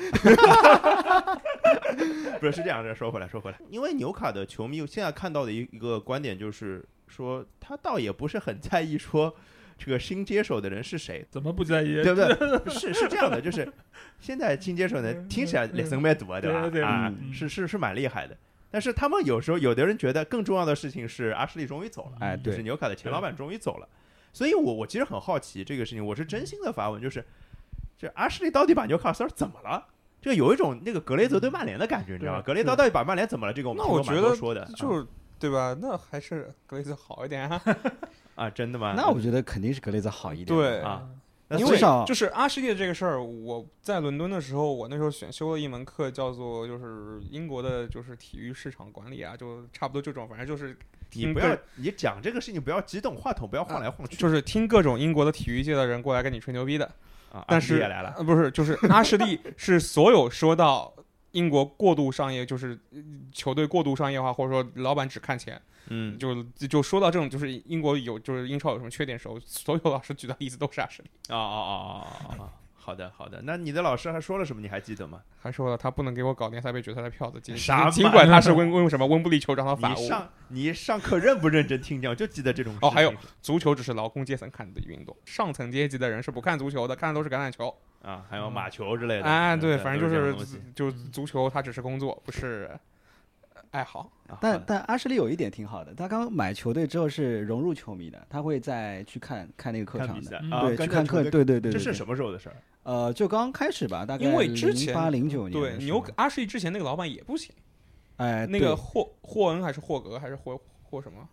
A: 不是，是这样的，说回来，说回来，因为纽卡的球迷现在看到的一一个观点就是说，他倒也不是很在意说这个新接手的人是谁，
D: 怎么不在意？
A: 对不对？是是这样的，就是现在新接手的听起来
D: 嗯嗯
A: 雷森麦读啊，
D: 对
A: 吧？
D: 对
A: 啊，
D: 嗯
A: 是是是蛮厉害的。但是他们有时候，有的人觉得更重要的事情是阿什利终于走了。
B: 哎
A: 就是
B: 对，
A: 纽卡的前老板终于走了。所以我我其实很好奇这个事情，我是真心的发问，就是这阿什利到底把纽卡斯尔怎么了？这有一种那个格雷泽对曼联的感觉，你知道吗？
D: 对
A: 格雷泽到底把曼联怎么了？这个我们
C: 嗯那我
A: 听过蛮
C: 觉
A: 多
C: 得
A: 说的，
C: 就是对吧？那还是格雷斯好一点啊。
A: 啊啊真的吗？
B: 那我觉得肯定是格雷泽好一点。
C: 对，
A: 啊，那
C: 因
A: 所
C: 为
A: 以
B: 至少
C: 就是阿什利的这个事儿，我在伦敦的时候，我那时候选修了一门课，叫做就是英国的就是体育市场管理啊，就差不多这种，反正就是
A: 你
C: 听
A: 不
C: 各
A: 要你讲这个事情，不要激动，话筒不要晃来晃去
C: 嗯啊就是听各种英国的体育界的人过来跟你吹牛逼的。
A: 啊。
C: 但
A: 阿什利
C: 是
A: 也来了，
C: 呃，不是，就是阿 什利是所有说到英国过度商业，就是呃球队过度商业化，或者说老板只看钱，
A: 嗯，
C: 就就说到这种，就是英国有就是英超有什么缺点的时候，所有老师举的例子都是阿什利，
A: 啊啊啊啊啊啊！好的好的，那你的老师还说了什么？你还记得吗？
C: 还说了他不能给我搞联赛杯决赛的票子，尽
A: 啥玩意儿
C: 尽管他是温温什么温布利酋长的啊法
A: 你
C: 务，
A: 上你上课认不认真听讲？就记得这种事
C: 哦还有
A: 情
C: 足球只是劳工阶层看的运动，上层阶级的人是不看足球的，看的都是橄榄球。
A: 啊，还有马球之类的
C: 哎，
A: 嗯
C: 对，反正
A: 都这样的
C: 就
A: 东
C: 是
A: 西嗯
C: 就足球，它只是工作，不是呃爱好。
A: 啊好
B: 但
A: 的
B: 但阿什利有一点挺好的，他刚买球队之后是融入球迷的，他会再去看看那个客
A: 看
B: 场
A: 比
B: 的，
A: 赛
D: 嗯
A: 啊，
B: 对，
A: 跟
B: 去
A: 着
B: 看
A: 球
B: 客，
A: 队
B: 对对对对。
A: 这是
B: 对
A: 什么时候的事儿？
B: 呃，就刚开始吧，大概
C: 因为之前
B: 八零九年的时
C: 对，
B: 候，
C: 牛阿什利之前那个老板也不行，
B: 哎，
C: 那
B: 对
C: 个霍霍恩还是霍格还是霍霍什么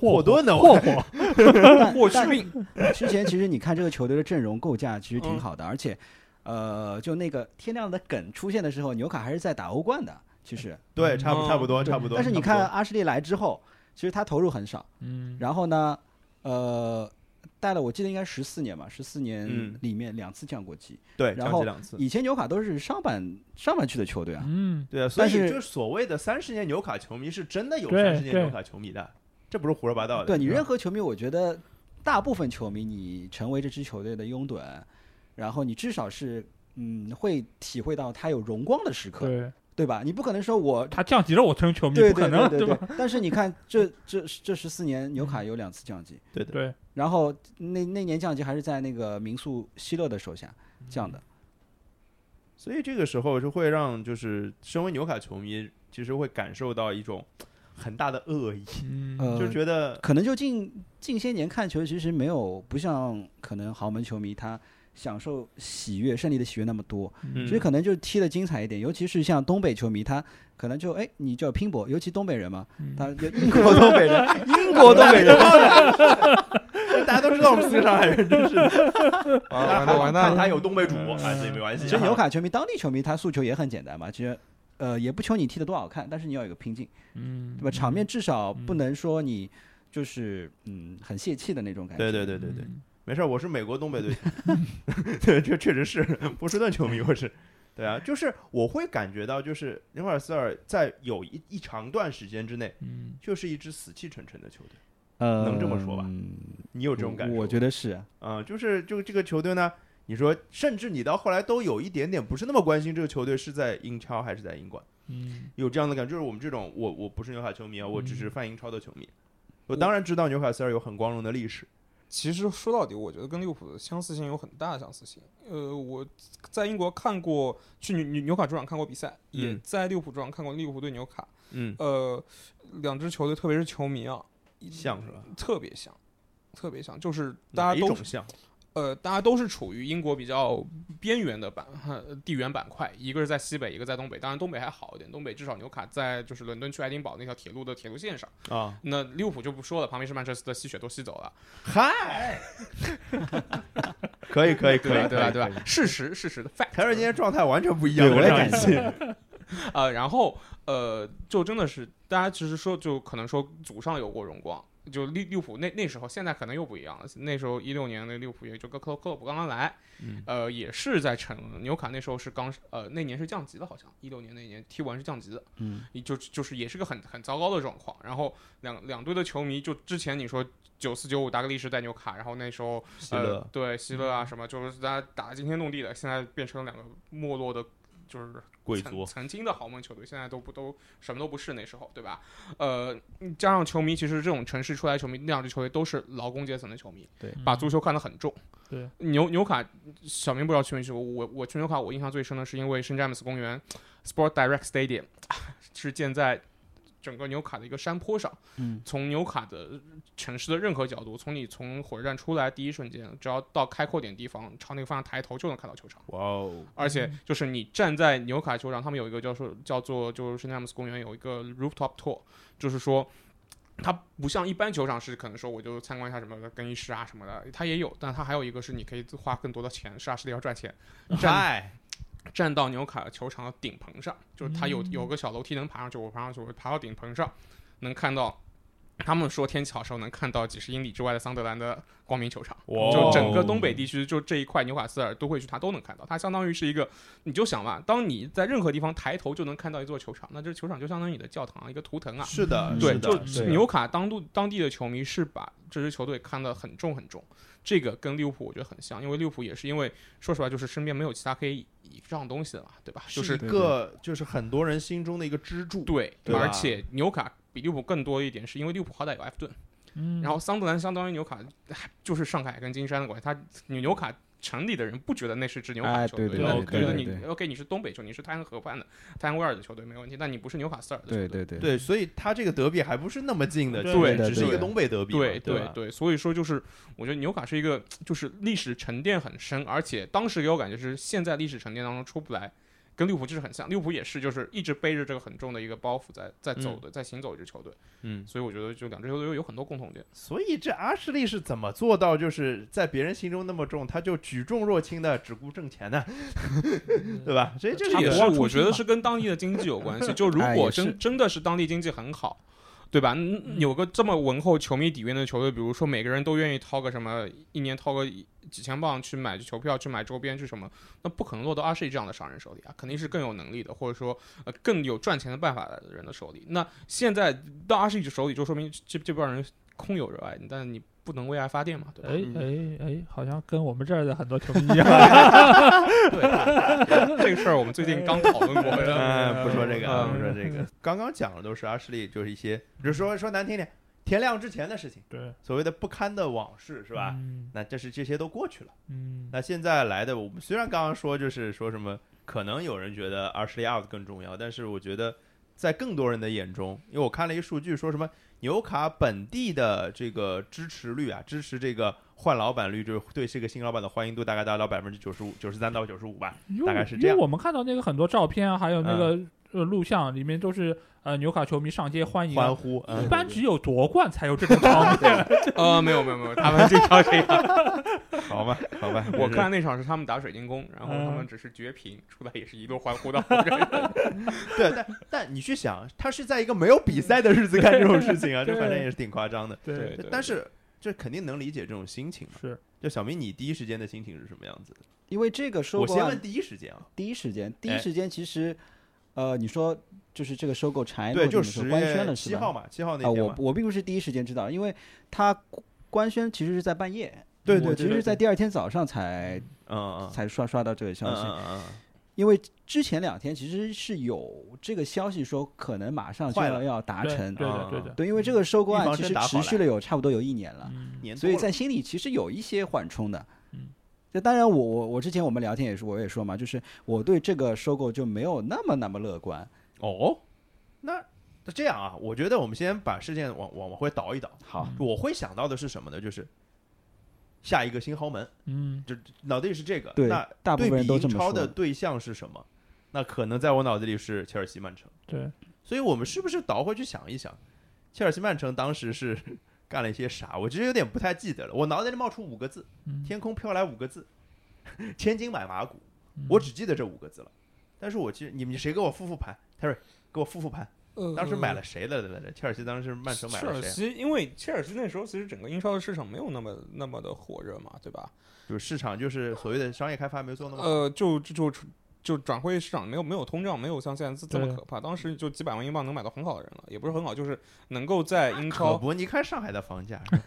A: 霍顿呢？
D: 霍
A: 我
D: 霍，
B: 但
C: 霍去
B: 但
C: 病？
B: 之前其实你看这个球队的阵容构架其实
A: 嗯
B: 挺好的，而且，呃，就那个天亮的梗出现的时候，纽卡还是在打欧冠的，其实。
A: 对，差不
C: 嗯
A: 差不多，
D: 对
A: 差不多。
B: 但是你
A: 差不
B: 看
A: 多，
B: 阿什利来之后，其实他投入很少，
D: 嗯，
B: 然后呢，呃，带了我记得应该十四年嘛，十四年
A: 嗯
B: 里面两次降过级。
A: 对，
B: 然
A: 降级
B: 后
A: 两次。
B: 以前纽卡都是上半上半区的球队啊，
D: 嗯，
A: 对啊，所以
B: 但是
A: 就是所谓的三十年纽卡球迷，是真的有
D: 对
A: 三十年
D: 对
A: 纽卡球迷的，这不是胡说八道的。
B: 对你
A: 嗯是吧
B: 任何球迷，我觉得大部分球迷，你成为这支球队的拥趸，然后你至少是嗯会体会到他有荣光的时刻，
D: 对，
B: 对吧？你不可能说我
D: 他降级了，我成为球迷
B: 对
D: 不可
B: 对
D: 能，
B: 对
D: 吧？嗯
B: 但是你 看，这这这十四年，纽卡有两次降级，
A: 对的，
D: 对，
B: 然后
D: 嗯
B: 那那年降级还是在那个民宿希勒的手下降的。
A: 所以这个时候就会让就是身为纽卡球迷，其实会感受到一种很大的恶意，
D: 嗯，
B: 呃，
A: 就觉得
B: 可能就近近些年看球，其实没有不像可能豪门球迷他享受喜悦胜利的喜悦那么多，
A: 嗯
B: 其实可能就踢的精彩一点，尤其是像东北球迷，他可能就哎你就要拼搏，尤其东北人嘛，
D: 嗯
B: 他就英国东北人，英国东北人，
A: 大家都知道我们四个上海 人，真是的
B: 啊
C: 啊完蛋完蛋
A: 看
C: 了，
A: 他有东北主播，哎，这也没关系啊。
B: 其实纽卡球迷、当地球迷他诉求也很简单嘛，其实呃也不求你踢得多好看，但是你要有一个拼劲，
D: 嗯，
B: 对吧？场面至少不
D: 嗯
B: 能说你就是嗯很泄气的那种感觉。嗯
A: 对对对对对，没事儿，我是美国东北队， 对，这确实是波士顿球迷，我是。对啊，就是我会感觉到，就是纽卡斯尔在有一一长段时间之内，
D: 嗯，
A: 就是一支死气沉沉的球队。
B: 呃，
A: 能这么说吧
B: 嗯
A: 你有这种感受吗？
B: 我觉得是啊，
A: 啊、就是就这个球队呢，你说，甚至你到后来都有一点点不是那么关心这个球队是在英超还是在英冠，
D: 嗯，
A: 有这样的感觉。就是我们这种，我我不是纽卡球迷啊，我只是
D: 嗯
A: 泛英超的球迷。我当然知道纽卡斯尔有很光荣的历史，
C: 其实说到底，我觉得跟利物浦的相似性有很大的相似性。呃，我在英国看过，去纽纽纽卡主场看过比赛，也
A: 嗯
C: 在利物浦主场看过利物浦对纽卡。
A: 嗯，
C: 呃，两支球队，特别是球迷啊，
A: 像是吧？
C: 特别像，特别像，就是大
A: 哪
C: 家
A: 一
C: 都
A: 种
C: 是
A: 像？
C: 呃，大家都是处于英国比较边缘的板呃地缘板块，一个是在西北，一个在东北。当然东北还好一点，东北至少纽卡在就是伦敦去爱丁堡那条铁路的铁路线上。
A: 啊，
C: 那利物浦就不说了，旁边是曼彻斯特，吸血都吸走了。
A: 嗨，可以可以可
C: 对吧？
A: 以，
C: 对吧？对
A: 可以？
C: 吧？事实，事实的 fact。
A: 凯瑞今天状态完全不一样，
B: 对我也
A: 感
B: 感觉
A: 谢。
C: 呃，然后呃，就真的是大家其实说，就可能说祖上有过荣光，就利利物浦那那时候，现在可能又不一样了。那时候一六年的利物浦也就跟克洛克洛普刚刚来，
A: 嗯
C: 呃，也是在沉沦。纽卡那时候是刚呃那年是降级的，好像一六年那年踢完是降级的，
B: 嗯，
C: 就就是也是个很很糟糕的状况。然后两两队的球迷，就之前你说九四九五达格利什带纽卡，然后那时候
A: 希
C: 呃
A: 勒，，嗯
C: 对希勒啊什么，就是大家打得惊天动地的，现在变成了两个没落的，就是
A: 贵
C: 曾
A: 族，
C: 曾经的豪门球队，现在都不都什么都不是，那时候对吧？呃，加上球迷，其实这种城市出来球迷，那两支球队都是劳工阶层的球迷，把足球看得很重。
D: 嗯对，
C: 纽纽卡，小明不知道去没去过，我我去纽卡，我印象最深的是因为圣詹姆斯公园 （Sport Direct Stadium） 是建在整个纽卡的一个山坡上。
B: 嗯，
C: 从纽卡的城市的任何角度，从你从火车站出来第一瞬间，只要到开阔点地方，朝那个方向抬头就能看到球场。
A: 哇哦，
C: 而且就是你站在纽卡球场，他们有一个叫做叫做就是圣詹姆斯公园有一个 rooftop tour，就是说。它不像一般球场是可能说我就参观一下什么的更衣室啊什么的，它也有，但它还有一个是你可以花更多的钱，实打实的要赚钱，站
A: 嗨，
C: 站到纽卡球场的顶棚上，就是它有
D: 嗯
C: 有个小楼梯能爬上去，我爬上去，我爬到顶棚上，能看到，他们说天气好时候能看到几十英里之外的桑德兰的光明球场。
A: 哇哦
C: 就整个东北地区，就这一块纽卡斯尔都会去，他都能看到。它相当于是一个，你就想吧，当你在任何地方抬头就能看到一座球场，那这球场就相当于你的教堂啊，一个图腾啊。
A: 是的，
D: 嗯
A: 是
C: 对，
A: 的
C: 就是
A: 的
C: 纽卡当地当地的球迷是把这支球队看得很重很重，这个跟利物浦我觉得很像，因为利物浦也是因为说实话就是身边没有其他可以倚仗的东西了嘛，对吧？就是是
A: 一个就是很多人心中的一个支柱。
C: 对，
A: 对吧
C: 而且纽卡比利物浦更多一点，是因为利物浦好歹有埃弗顿，
D: 嗯，
C: 然后桑德兰相当于纽卡，哎就是上海跟金山的关系。他纽纽卡城里的人不觉得那是支纽卡
B: 哎
C: 球队，
B: 对
A: 对
C: 那
A: 对
C: 觉得
B: 对
C: 你
B: 对
C: OK，你是东北球，你是泰晤河畔的泰晤威尔的球队没问题，但你不是纽卡斯尔的球
B: 对
C: 队。
B: 对对，
A: 对，所以他这个德比还不是那么近的，
D: 对
A: 其实
C: 对
A: 只是
B: 对
A: 一个东北德比嘛，
C: 对
A: 对
C: 对
A: 吧
C: 对，所以说就是，我觉得纽卡是一个，就是历史沉淀很深，而且当时给我感觉是现在历史沉淀当中出不来，跟利物浦就是很像，利物浦也是就是一直背着这个很重的一个包袱在在
B: 嗯
C: 走的，在行走一支球队，
A: 嗯，
C: 所以我觉得就两支球队有很多共同点。
A: 所以这阿什利是怎么做到就是在别人心中那么重，他就举重若轻的只顾挣钱呢？对吧？所以这
C: 这
A: 个
C: 也
A: 也
C: 是
A: 是。
C: 我觉得是跟当地的经济 有关系。就如
B: 哎
C: 果
B: 也是
C: 真真的是当地经济很好，对吧？嗯有个这么文厚球迷底蕴的球队，比如说每个人都愿意掏个什么，一年掏个一几千镑去买球票、去买周边、去什么，那不可能落到阿什利这样的商人手里啊，肯定是更有能力的，或者说呃更有赚钱的办法的人的手里。那现在到阿什利手里，就说明这这帮人空有热爱，但你不能为爱发电嘛，对吧？
D: 哎哎哎，好像跟我们这儿的很多球迷一样，
C: 这个事儿我们最近刚讨论 过
A: 嗯，不说这个，
C: 嗯
A: 不说这个， 刚刚讲的都是阿什利，就是一些，比如说说难听点，天亮之前的事情，
D: 对，
A: 所谓的不堪的往事， 是
D: 是
A: 吧？？那这是这些都过去了。
D: 嗯，
A: 那现在来的，我们虽然刚刚说就是说什么可能有人觉得阿什利亚更重要，但是我觉得在更多人的眼中，因为我看了一个数据，说什么纽卡本地的这个支持率啊，支持这个换老板率，就是对这个新老板的欢迎度，大概达到百分之九十五、九十三到九十五吧。
D: 因为
A: 大概
D: 我
A: 是
D: 因
A: 这
D: 为
A: 样嗯
D: 我们看到那个很多照片啊，还有那个、呃录像，里面都是呃纽卡球迷上街欢迎啊。
A: 欢呼，嗯
D: 一般只有夺冠才有这种场面，
C: 呃，没有没有没有，他们这场这样。，
A: 好 吧，嗯好吧
C: 我看那场是他们打水晶宫，然后他们只是绝平，出来也是一路欢呼到后 面。
A: 对，但但你去想，他是在一个没有比赛的日子干这种事情啊，这反正也是挺夸张 的。
C: 对对
A: 但是这肯定能理解这种心情嘛。
D: 是，
A: 就小明，你第一时间的心情是什么样子的？
B: 因为这个收
A: 我
B: 购
A: 先
B: 案
A: 问第一时间啊，
B: 第一时间，第一
A: 哎
B: 时间其实，呃，你说就是这个收购柴诺
A: 对，就
B: 哎你说
A: 十
B: 官宣了
A: 月
B: 是
A: 七
B: 吧？
A: 号
B: 啊、
A: 嘛，七号那天
B: 我
A: 嘛，
B: 我并不是第一时间知道，因为他官宣其实是在半夜，
A: 对对
B: 我其实
A: 对
B: 是，在第二天早上才
A: 嗯嗯
B: 才刷刷到这个消
A: 嗯
B: 息，
A: 嗯
B: 因为之前两天其实是有这个消息说可能马上就
A: 快
B: 要
A: 了
B: 要达
D: 对
B: 成，啊
D: 对的，
A: 嗯
D: 对的。
B: 对，因为这个收购
A: 预
B: 案
A: 防
B: 其
A: 针
B: 实
A: 打
B: 持
A: 好
B: 续
A: 了
B: 了有差不多有一年了，
D: 嗯
A: 嗯，年
B: 所以
A: 多了
B: 在心里其实有一些缓冲的。这当然我，我我之前我们聊天也是，我也说嘛，就是我对这个收购就没有那么那么乐观。
A: 哦，那那这样啊，我觉得我们先把事件往往往回倒一倒。
B: 好，
A: 我会想到的是什么呢？就是下一个新豪门，
D: 嗯，
A: 就脑袋里是这个。
B: 对
A: 那
B: 大部
A: 对
B: 分人
A: 比
B: 都这
A: 英
B: 么
A: 超
B: 说。
A: 的对象是什么？那可能在我脑子里是切尔西、曼城。
D: 对，
A: 所以我们是不是倒回去想一想，切尔西、曼城当时是 干了一些啥？我其实有点不太记得了。我脑袋里冒出五个字，
D: 嗯
A: 天空飘来五个字， 千金买马骨。
D: 嗯
B: 嗯
A: 我只记得这五个字了。但是我其实你们谁给我复复盘？泰瑞给我复复盘，当时
B: 呃
A: 买了谁来着来着？切尔西当时曼城买
C: 嗯切
A: 了
C: 尔
A: 谁啊？
C: 西，因为切尔西那时候其实整个英超的市场没有那么那么的火热嘛，对吧？
A: 就是市场就是所谓的商业开发没有做那么好。
C: 呃，就就就就转会市场没有没有通胀，没有像现在这这么
D: 对
C: 可怕。当时就几百万英镑能买到很好的人了，也不是很好，就是能够在英
D: 哦
A: 可
C: 超。
A: 不，你看上海的房价， 是吧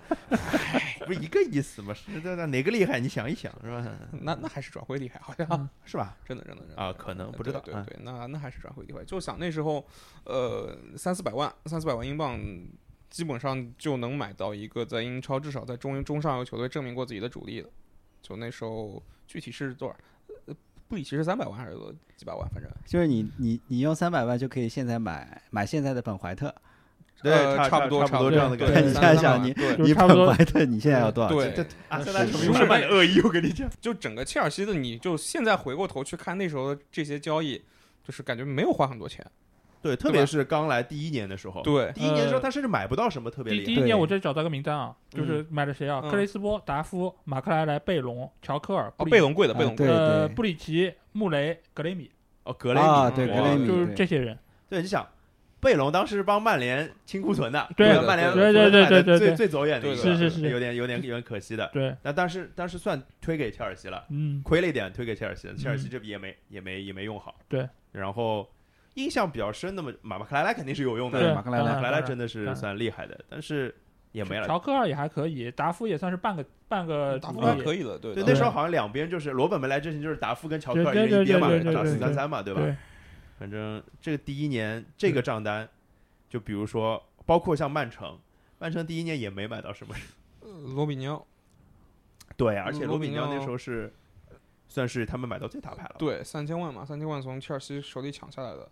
A: 唉不是一个意思吗？是对对，哪个厉害？你想一想，是吧？
C: 那那还是转会厉害，好像、
D: 嗯
A: 是吧？
C: 真的真的真的
A: 啊可能不知道
C: 呃对
A: 嗯
C: 对对，那那还是转会厉害。就想那时候，呃，三四百万，三四百万英镑，基本上就能买到一个在英超至少在中中上游球队证明过自己的主力的。就那时候具体是多少？呃，布里奇是三百万还是多几百万？反正
B: 就是你你你用三百万就可以现在买买现在的本怀特，
A: 啊对，
C: 呃
A: 差
C: 差不多
A: 差不多
C: 差不多
A: 这样的
C: 对
A: 感觉。
B: 你
C: 三
B: 想
C: 三百
B: 想
C: 万
B: 你
C: 对
D: 就是
B: 你
D: 差不多
B: 本怀特你现在要多少钱？
C: 对
A: 这阿森纳球迷
C: 是
A: 满满的恶意，我跟你讲。
C: 就整个切尔西的你，就现在回过头去看那时候的这些交易，就是感觉没有花很多钱。
A: 对，嗯特别是刚来第一年的时候，
C: 对，
A: 第一年的时候他甚至买不到什么特别
D: 第第
A: 厉
D: 一
A: 害。
D: 年
B: 对
D: 我这里找到一个名单啊，就是买了谁啊？
C: 嗯
D: 克雷斯波、达夫、马克莱莱、贝隆、乔科尔、
C: 哦，
D: 布里
C: 贝隆贵的，
B: 啊
C: 贝隆贵
B: 对
C: 的，
D: 呃布里奇、穆雷、格雷米，
A: 哦，格雷米
B: 啊，
A: 哇，
B: 对格
C: 哇
B: 雷米，
D: 就是
B: 对
D: 这些人。
A: 对，你想，贝隆当时是帮曼联清库存的，
D: 对
A: 吧
C: 对
A: 曼联
C: 对
D: 对对对对
A: 最
D: 对
A: 最走眼的一
C: 对
A: 个，
C: 的
D: 是是是
A: 有点有点有点可惜的。
D: 对，
A: 那但是但是算推给切尔西了，
D: 嗯，
A: 亏了一点推给切尔西了，切尔西
D: 嗯
A: 这笔也没也没也没用好。
D: 对，
A: 然后印象比较深的嘛，马马克莱莱肯定是有用的，
D: 对，
B: 马克莱莱
A: 马
D: 当然
A: 克莱莱
D: 当然
A: 真的
D: 当
A: 是
D: 然
A: 算厉害的，但是也没了。
D: 乔科尔也还可以，达夫也算是半个半个
C: 达
D: 主
C: 夫
D: 力
C: 还可以的，对
A: 对，
C: 的
A: 那时候好像两边就是罗本没来之前，就是达夫跟乔
D: 对
A: 克尔
D: 对
A: 一人一
D: 对
A: 边
D: 对
A: 嘛，
D: 对
A: 打
D: 对
A: 四三
D: 对
A: 三嘛，对吧？
D: 对，
A: 反正这个第一年这个账单，就比如说包括像曼城，曼城第一年也没买到 什么。
C: 呃罗比尼奥，
A: 对，而且罗
C: 嗯罗
A: 比
C: 比
A: 尼
C: 尼
A: 奥
C: 奥
A: 那时候是算是他们买到最大牌了。
C: 对，三千万嘛，三千万从切尔西手里抢下来的，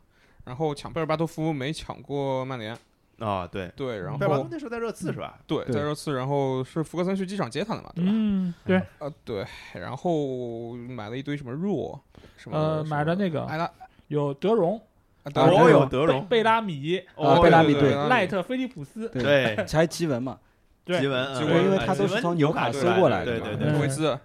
C: 然后抢贝尔巴托夫没抢过曼联，
A: 啊，对，
C: 对，然
D: 哦
A: 贝尔巴托
C: 后
A: 夫那时候在热刺是吧？
C: 对，
B: 对
C: 在热刺，然后是福格森去机场接他的嘛，对吧？
D: 嗯，对，
C: 啊，对，然后买了一堆什么若，什么
D: 呃，
C: 什
D: 买
C: 么
D: 了那个
C: 埃拉，啊
D: 有德容、
C: 德
B: 啊
C: 容
A: 哦
B: 对
A: 有德容，
D: 贝贝拉米、
B: 啊
A: 哦
B: 贝拉米
C: 对
B: 对
C: 对
D: 赖特、菲利普斯，
B: 对
A: 对，
B: 才奇文嘛，
D: 对
A: 吉文，
C: 吉
A: 嗯
C: 文
B: 因为他都
A: 吉
B: 是
A: 文
B: 从
A: 纽
B: 纽卡
A: 斯
B: 斯过
A: 来
B: 来
A: 的
B: 的
A: 对
D: 嘛
A: 对
C: 托
A: 对
C: 维
D: 嗯
C: 斯，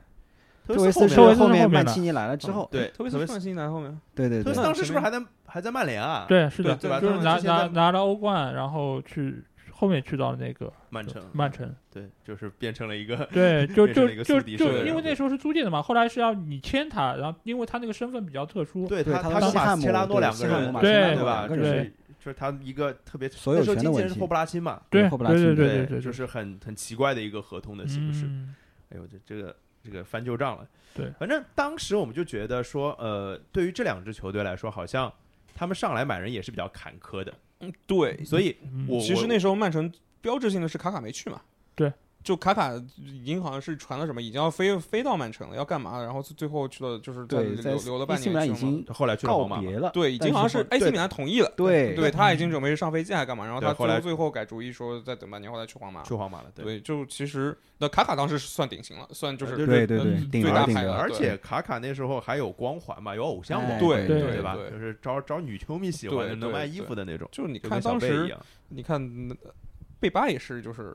A: 对，
B: 特维斯
A: 斯
B: 是
A: 后
D: 后
A: 面嗯
B: 后面
D: 面的后面
B: 曼
D: 的
B: 奇尼来了之后，
A: 对，
C: 托维
A: 特
C: 斯
A: 维
C: 上新来后面，
B: 对对
A: 特维
B: 对
A: 斯，当时是不是还在还在曼联啊？，
D: 对，是的，
A: 对吧？
C: 就
D: 就是是
A: 他
D: 拿
A: 们之前
D: 拿
A: 在
D: 拿了欧冠，然后去后面去到了那个
A: 曼城，
D: 曼城，
A: 对，就是变成了一个
D: 对，就
A: 变成
D: 就
A: 了一个
D: 就
A: 宿敌社
D: 就
C: 会
D: 因为
A: 对
D: 那时候是租借的嘛，后来是要你签他，然后因为他那个身份比较特殊，
A: 对
B: 对
A: 他他
B: 他跟
A: 跟
B: 西
A: 马
B: 汉
A: 斯
B: 姆
A: 切拉诺
B: 对
A: 两
B: 西
A: 个
B: 汉
A: 人
B: 姆，马
D: 对
B: 斯拉诺
A: 对吧？
B: 两个
A: 就
B: 人
A: 是就是他一个特别
B: 所有
A: 那时候
B: 权的
A: 经纪
B: 问
A: 人是
B: 题
A: 霍布拉辛嘛，
D: 对
B: 后
D: 对
B: 布拉辛
D: 对
B: 德
D: 对对，
A: 就是很很奇怪的一个合同的形式。
D: 嗯
A: 哎呦，这这个这个翻旧账了。
D: 对
A: 反正当时我们就觉得说，呃，对于这两支球队来说，好像他们上来买人也是比较坎坷的，
C: 嗯，对，
A: 所以
D: 嗯
A: 我
C: 其
A: 我
C: 实那时候曼城标志性的是卡卡没去嘛，
D: 对，
C: 就卡卡银行是传了什么，已经要飞飞到曼城了，要干嘛？然后最最后去了，就是他
B: 对，在
C: 留留了半
B: AC
C: 年
B: 米兰已
C: 去了嘛。
B: 经
A: 后来去了
B: 告
A: 皇马嘛，
B: 别了，
C: 对，已经好像是
B: 但
C: AC
B: 后
C: 米兰同意了，
B: 对
C: 对他已经准备上飞机还干嘛？然后
A: 对
C: 他
A: 后
C: 最
A: 来
C: 后最后改主意说再等半年，后来去皇马。
A: 去皇马了，对。
C: 对，就其实那卡卡当时是算顶型了，算就是
A: 对
B: 对对
C: 呃
B: 对
C: 最
B: 顶
C: 最
B: 着
C: 大
B: 顶
C: 牌
B: 着
C: 了，
A: 而
C: 对
A: 且卡卡那时候还有光环嘛，有偶像
B: 哎
A: 光环，
C: 对
D: 对
A: 对
D: 对
A: 吧？
C: 对
A: 就是招招女球迷喜欢，
C: 对
A: 就能
C: 对
A: 卖衣
C: 对
A: 服的那种，
C: 就你
A: 就
C: 看
A: 跟小
C: 当
A: 贝一
C: 时，
A: 样。
C: 你看呃贝巴也是，就是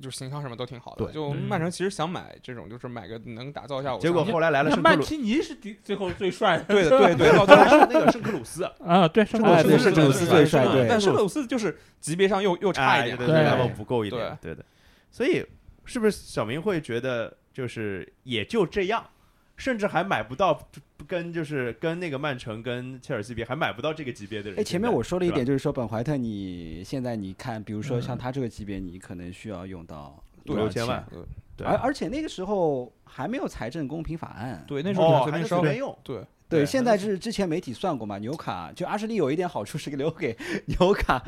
C: 就是形象什么都挺好的。
A: 对
C: 就
D: 嗯
C: 曼城其实想买这种，就是买个能打造一下我。
A: 结 果后来来了
D: 那
A: 圣克
D: 曼
A: 鲁，
D: 提尼是第最后最帅 的，
C: 哎对的，对对，到
A: 后来是那个圣克鲁 斯，
D: 啊，对，圣
B: 哎对
D: 是
B: 圣克鲁斯最帅对
C: 但圣克鲁斯就是级别上又又差一
A: 哎，
C: 点，
A: 对
D: 对对
A: 他们不够一点，对的。所以是不是小明会觉得就是也就这样，甚至还买不到跟就是跟那个曼城跟切尔西比，还买不到这个级别的人。
B: 哎，前面我说了一
A: 对吧
B: 点，就是说本怀特，你现在你看，比如说
D: 嗯
B: 像他这个级别，你可能需要用到
A: 对
B: 多少
A: 六千万
B: 钱
C: 对
A: 对
B: 而而且那个时候还没有财政公平法案，
C: 对，那时候
A: 哦，
C: 随
A: 还
C: 便
A: 是
C: 烧
A: 随，便用，
C: 对
B: 对，
A: 对
B: 现在是之前媒体算过嘛，纽卡就阿什利有一点好处是留给纽卡，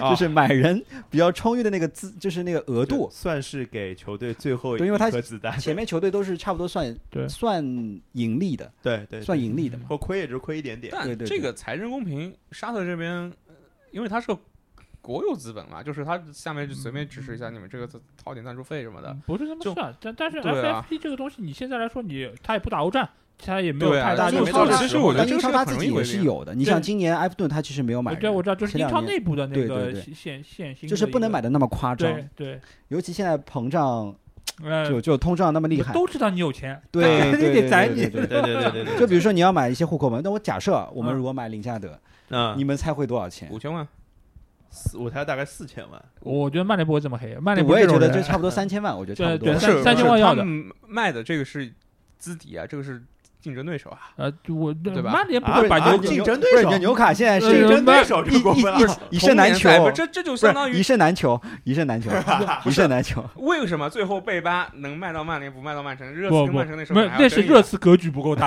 A: 啊
B: 就是买人比较充裕的那个资，就是那个额
A: 就
B: 度。
A: 算是给球队最后
B: 对
A: 一
B: 因为他
A: 颗子弹，
B: 前面球队都是差不多算
D: 对
B: 算盈利的，
A: 对对，
B: 算盈利的嘛。
A: 或亏也就亏一点点。
B: 对
C: 但
B: 对
C: 这个财政公平，沙特这边，呃因为他是个国有资本嘛，就是他下面就随便支持一下你们这个掏点赞助费什么的，
D: 不是这么
C: 就
D: 算，但但是
C: 对啊
D: FFP 这个东西，你现在来说，你他也不打欧战，他也没有
C: 对啊
D: 太大
B: 但
D: 的
B: 英
C: 没
B: 超
C: 到
B: 他
C: 其实我觉得
B: 但
C: 这
B: 英
C: 个事
B: 超
C: 情
B: 他
C: 很
B: 自
C: 容
B: 己
C: 易
B: 也
C: 违
B: 是
C: 约。
B: 有的。你
D: 对
B: 像今年埃弗顿他其实没有买
D: 呃
B: 人，
D: 对，我知道，就是
B: 前
D: 英
B: 两
D: 超
B: 年
D: 内部的那
B: 对
D: 个
B: 对对
D: 限限薪，
B: 就是不能买。的那么夸张
D: 对，对，
B: 尤其现在膨胀
D: 呃，
B: 就就通胀那么厉
D: 我
B: 害，
D: 都知道你有钱，
B: 对，
D: 你
B: 对
D: 得宰
B: 对
D: 你
B: 对对
A: 对对对对对，
B: 就比如说你要买一些户口本，那 我假设我们
D: 嗯
B: 如果买林加德，
A: 嗯，
B: 你们猜会多少钱？
C: 五千万，
A: 四我才大概四千万，
D: 我觉得曼联不会这么黑，曼联
B: 我也觉得就
D: 这
B: 差不多三千万，我觉得
D: 对
B: 差不
D: 对
B: 多。
D: 三
C: 是
D: 三千万
C: 是
D: 要
C: 他
D: 的
C: 们卖的这个是资底啊，这个是竞争对手啊。
D: 呃，我
C: 对吧
D: 曼联不
A: 啊
D: 会把
A: 啊
D: 牛
A: 竞争对
B: 不是
A: 手
B: 你纽卡现在
D: 对
B: 是
A: 竞
D: 对
A: 争对手这
B: 一
A: 过分了。
B: 一一一胜难求
C: 同，年赛不这这就相当
B: 不是一
C: 于
B: 胜难求，一胜难求，一胜难求。
C: 为什么最后贝巴能卖到曼联，不卖到曼城？热
D: 不
C: 刺跟
D: 不，
C: 曼城那时候
D: 没
C: 可
D: 有
C: 能还有
D: 那是
C: 争议啊
D: 热
C: 呢
D: 刺格局不够 大，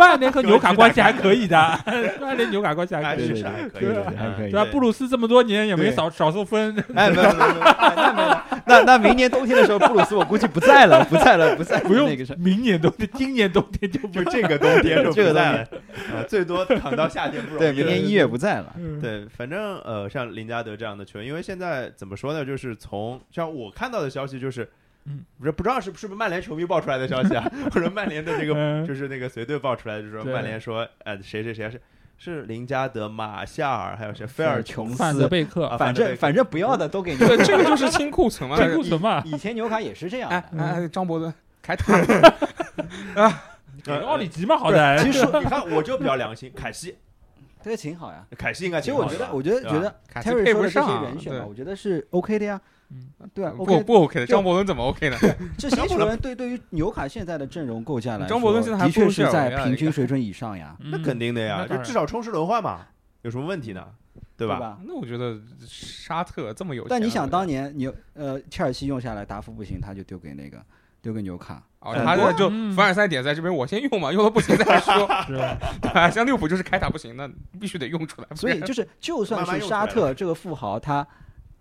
D: 曼联和纽卡关系还可以的，曼联纽卡关系还
A: 哎
D: 可
B: 对
D: 以
A: 是是
B: 对。对
A: 还可以
D: 对
A: 的，
D: 对
B: 还可以
D: 对吧？布鲁斯这么多年也没
B: 对
D: 少少 受分，
A: 哎，没有没有没有，哎那没有
B: 那那明年冬天的时候，布鲁斯我估计不在了，不在了，不在了
D: 不用
B: 那个是。
D: 明年冬天，今年冬天就不
A: 就这个冬天就
B: 这个
A: 不在了，啊，最多躺到夏天不容易。
B: 对，明年一月不在 了。
D: 嗯
A: 对，反正呃，像林加德这样的球员，因为现在怎么说呢，就是从像我看到的消息，就是，
D: 嗯，
A: 不是不知道是不是不是曼联球迷爆出来的消息啊，或者曼联的这个
D: 嗯
A: 就是那个随队爆出来的，就是说
D: 对
A: 曼联说，呃，谁谁谁是是林加德、马夏尔还有
D: 嗯
A: 谁，菲尔琼
D: 范
A: 斯
D: 德，贝克
A: 啊
B: 反正
A: 反
B: 反正不要的都给你。
C: 对，这个就是 清库存嘛。
D: 这库存嘛，
B: 以前纽卡也是这样
C: 哎
B: 的。
D: 嗯
C: 哎，张 伯伦、凯塔，
D: 给个
A: 呃
D: 奥里吉嘛，好歹
B: 其
A: 其
B: 实
A: 实你 看，我就比较良心，凯西，
B: 这个挺好呀。
A: 凯西应该
B: 其实
A: 挺
B: 我
A: 好的
B: 觉
A: 吧，
B: 得，我觉得
A: 对吧
B: 觉得
C: 凯西
B: Terry
C: 配
B: 说
C: 不
B: 的这
C: 上
B: 些
C: 啊。
B: 人选吧，
C: 对，
B: 我觉得是 OK 的呀
D: 嗯。
B: 对啊
C: 不
B: ，OK
C: 不 OK 的，
B: 就
C: 张伯伦怎么 OK 呢？
B: 这些球员对对于纽卡现在的阵容构架来说，
C: 张伯伦现在还
B: 的
C: 不如
B: 确
C: 谢
B: 是
C: 尔维亚
B: 在平
C: 应
B: 均
C: 该
B: 水准以上呀，
D: 那
A: 那肯定的呀
D: 嗯那，当
A: 就
D: 然
A: 至少充实轮换嘛，有什么问题呢？对
B: 对
A: 吧？？
C: 啊那我觉得沙特这么有钱，
B: 但你想当
C: 年，
B: 年你呃，切尔西用下来达夫不行，他就丢给那个丢给纽卡，
C: 哦
A: 很
C: 他
A: 多
C: 这就
D: 嗯
C: 凡尔赛点在这边，我先用嘛，用的不行 再说。
D: 是吧
C: 对吧？像利物浦就是凯塔不行，那必须得用出来。
B: 所以 就是就算
A: 慢慢
B: 是
A: 用
B: 沙
A: 出来
B: 特这个富豪他。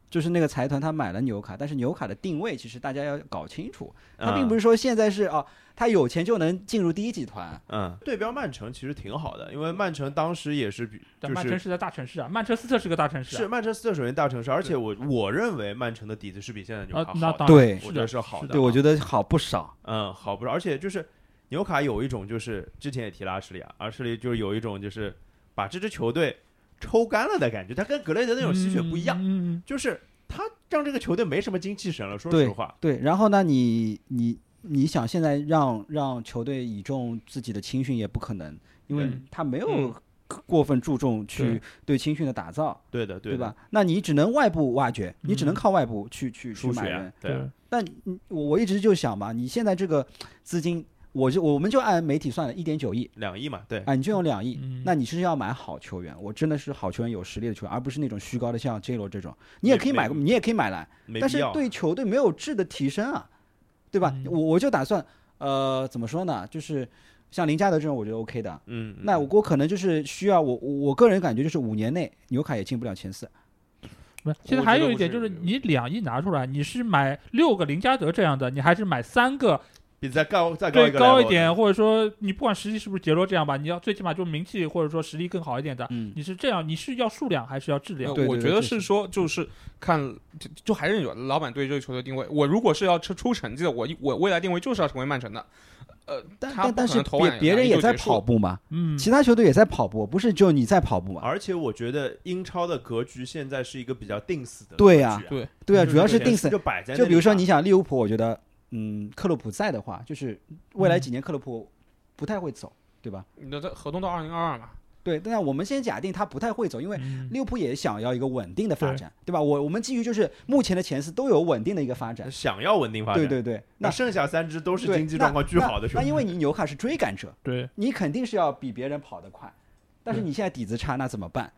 B: 就是那个财团，他买了纽卡，但是纽卡的定位其实大家要搞清楚，他并不
A: 是，
B: 是
C: 嗯
B: 说现在是哦，他有钱就能进入第一集团，
C: 啊
A: 嗯，对标曼城其实挺好的，因为曼城当时也是比
D: 但
A: 就
D: 曼城
A: 是
D: 是在大城市啊，曼彻斯特是个大城市
A: 是
D: 啊，
A: 曼彻斯特首先大城市，而且我我认为曼城的底子是比现在纽
D: 啊
A: 卡
D: 那
A: 好的，
D: 当然
B: 对
A: 我
D: 是
A: 觉得
D: 的，
A: 是好
D: 是
A: 的，啊
B: 对我觉得好不少。
A: 嗯好不是，而且就是纽卡有一种就是之前也提了阿什利啊，阿什利就是有一种就是把这支球队抽干了的感觉，他跟格雷德那种吸血不一样，
D: 嗯，嗯嗯
A: 就是他让这个球队没什么精气神了，说
B: 对
A: 实话，
B: 对，然后呢，你你你想现在让让球队倚重自己的青训也不可能，因为
D: 对
B: 他没有
C: 嗯
B: 过分注重去
D: 对
B: 对青训的打造，
A: 对的
B: 对
A: 的，
B: 吧？那你只能外部挖掘，你只能
D: 嗯
B: 靠外部去去去
A: 输
B: 买
A: 血
B: 人
A: 啊。对啊，
B: 但你我我一直就想嘛，你现在这个资金，我就我们就按媒体算了，一点九亿
A: 两亿嘛，对，
B: 啊，你就用两亿。
D: 嗯
B: 那你是要买好球员，我真的是好球员，有实力的球员，而不是那种虚高的像 J 罗这种。你也
A: 没
B: 可以买，
A: 没
B: 你也可以买来，
A: 没
B: 但
A: 必
B: 是
A: 要。
B: 对球队没有质的提升啊，对吧？
D: 嗯
B: 我我就打算，呃，怎么说呢？就是像林加德这种，我觉得 OK 的。
A: 嗯，
B: 那我我可能就是需要我我我个人感觉就是五年内纽卡也进不了前四，
D: 不是，其实
A: 我
D: 还
A: 觉得
D: 有一
A: 不
D: 点
A: 是
D: 就是，你两亿拿出来，你是买六个林加德这样的，你还是买三个
A: 比再高再高
D: 对
A: 一个
D: 高
A: level
D: 一
A: 的
D: 点，或者说你不管实力是不是杰罗这样吧，你要最起码就名气或者说实力更好一点的，
B: 嗯，
D: 你是这样，你是要数量还是要质量
C: 呃？
B: 对
C: 我
B: 对
C: 觉
B: 对
C: 得
B: 这
C: 是
B: 是
C: 说，就是看，就就还是有老板对这个球队定位。我如果是要出出成绩的，我一我未来定位就是要成为曼城的。呃，
B: 但
C: 他
B: 但
C: 不
B: 但
C: 可
B: 是
C: 能投
B: 别
C: 完
B: 别
C: 两
B: 人
C: 局
B: 也
C: 就
B: 在
C: 结束
B: 跑步嘛，
D: 嗯，
B: 其他球队也在跑步，不是就你在跑步嘛？
A: 而且我觉得英超的格局现在是一个比较定死的格局啊，
B: 对呀
C: 对
B: 对啊，
D: 就
B: 主要
A: 就是
B: 定死
A: 就摆在那里
B: 就比如说
A: 嘛
B: 你想利物浦，我觉得，嗯，克洛普在的话，就是未来几年克洛普不太会走，对吧？
C: 你的这合同到二零二二嘛，
B: 对，但我们先假定他不太会走，因为
D: 嗯
B: 利物浦也想要一个稳定的发展，对吧？我我们基于就是目前的前四都有稳定的一个发展，
A: 想要稳定发展，
B: 对对对，
A: 那
B: 那
A: 剩下三支都是
B: 对
A: 经济
B: 那
A: 状况巨
B: 那
A: 好的球
B: 那
A: 队，
B: 因为你纽卡是追赶者，
D: 对，
B: 你肯定是要比别人跑得快，但是你现在底子差，那怎么办？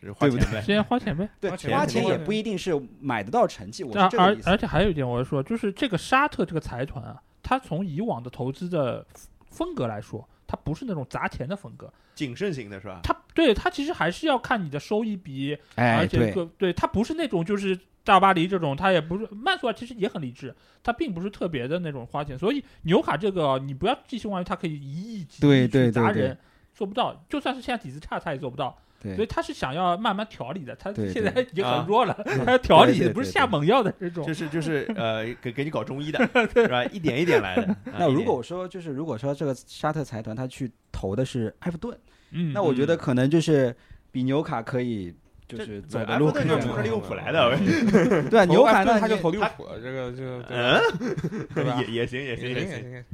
A: 就是花
B: 对不
A: 钱呗。
D: 先花钱呗。
B: 对
C: 花，钱
B: 花
A: 肯定
B: 钱也
C: 会
B: 不一定是买得到成绩，我
D: 而
B: 是这个
D: 而
B: 意思
D: 而。且还有一点，我要说，就是这个沙特这个财团啊，它从以往的投资的风格来说，它不是那种砸钱的风格，
A: 谨慎型的是吧？
D: 它对它其实还是要看你的收益比，
B: 哎，
D: 而且
B: 对，
D: 各对它不是那种就是大巴黎这种，它也不是曼苏尔其实也很理智，它并不是特别的那种花钱，所以纽卡这个你不要寄希望于它可以一亿几
B: 对
D: 亿
B: 对对
D: 去砸
B: 对
D: 人。做不到，就算是现在底子差，他也做不到，所以
B: 对，
D: 他是想要慢慢调理的。他
B: 对
D: 现
B: 对
D: 在已经
A: 啊
D: 很弱了，他要调
B: 对对
D: 理，
B: 对
D: 不是
B: 对
D: 下猛药的这种。
A: 就是就是呃， 给给你搞中医的是吧？一点一点来的。啊
B: 那
A: 一
B: 如
A: 点
B: 果我说就是如果说这个沙特财团他去投的是埃弗顿，
D: 嗯，
B: 那我觉得可能就是比纽卡可以就是走的路
A: 埃
B: 更
A: 弗顿
B: 远
A: 就冲着利
B: 了。
A: 物浦来的，
B: 对啊，
C: 投
B: 纽卡
C: 埃弗顿
B: 那
C: 他就
B: 你
C: 投利物
A: 他
C: 浦了，这个就对吧
A: 嗯，
C: 对吧
A: 也也行也
C: 也
A: 行
C: 行也
A: 行。
C: 行，也行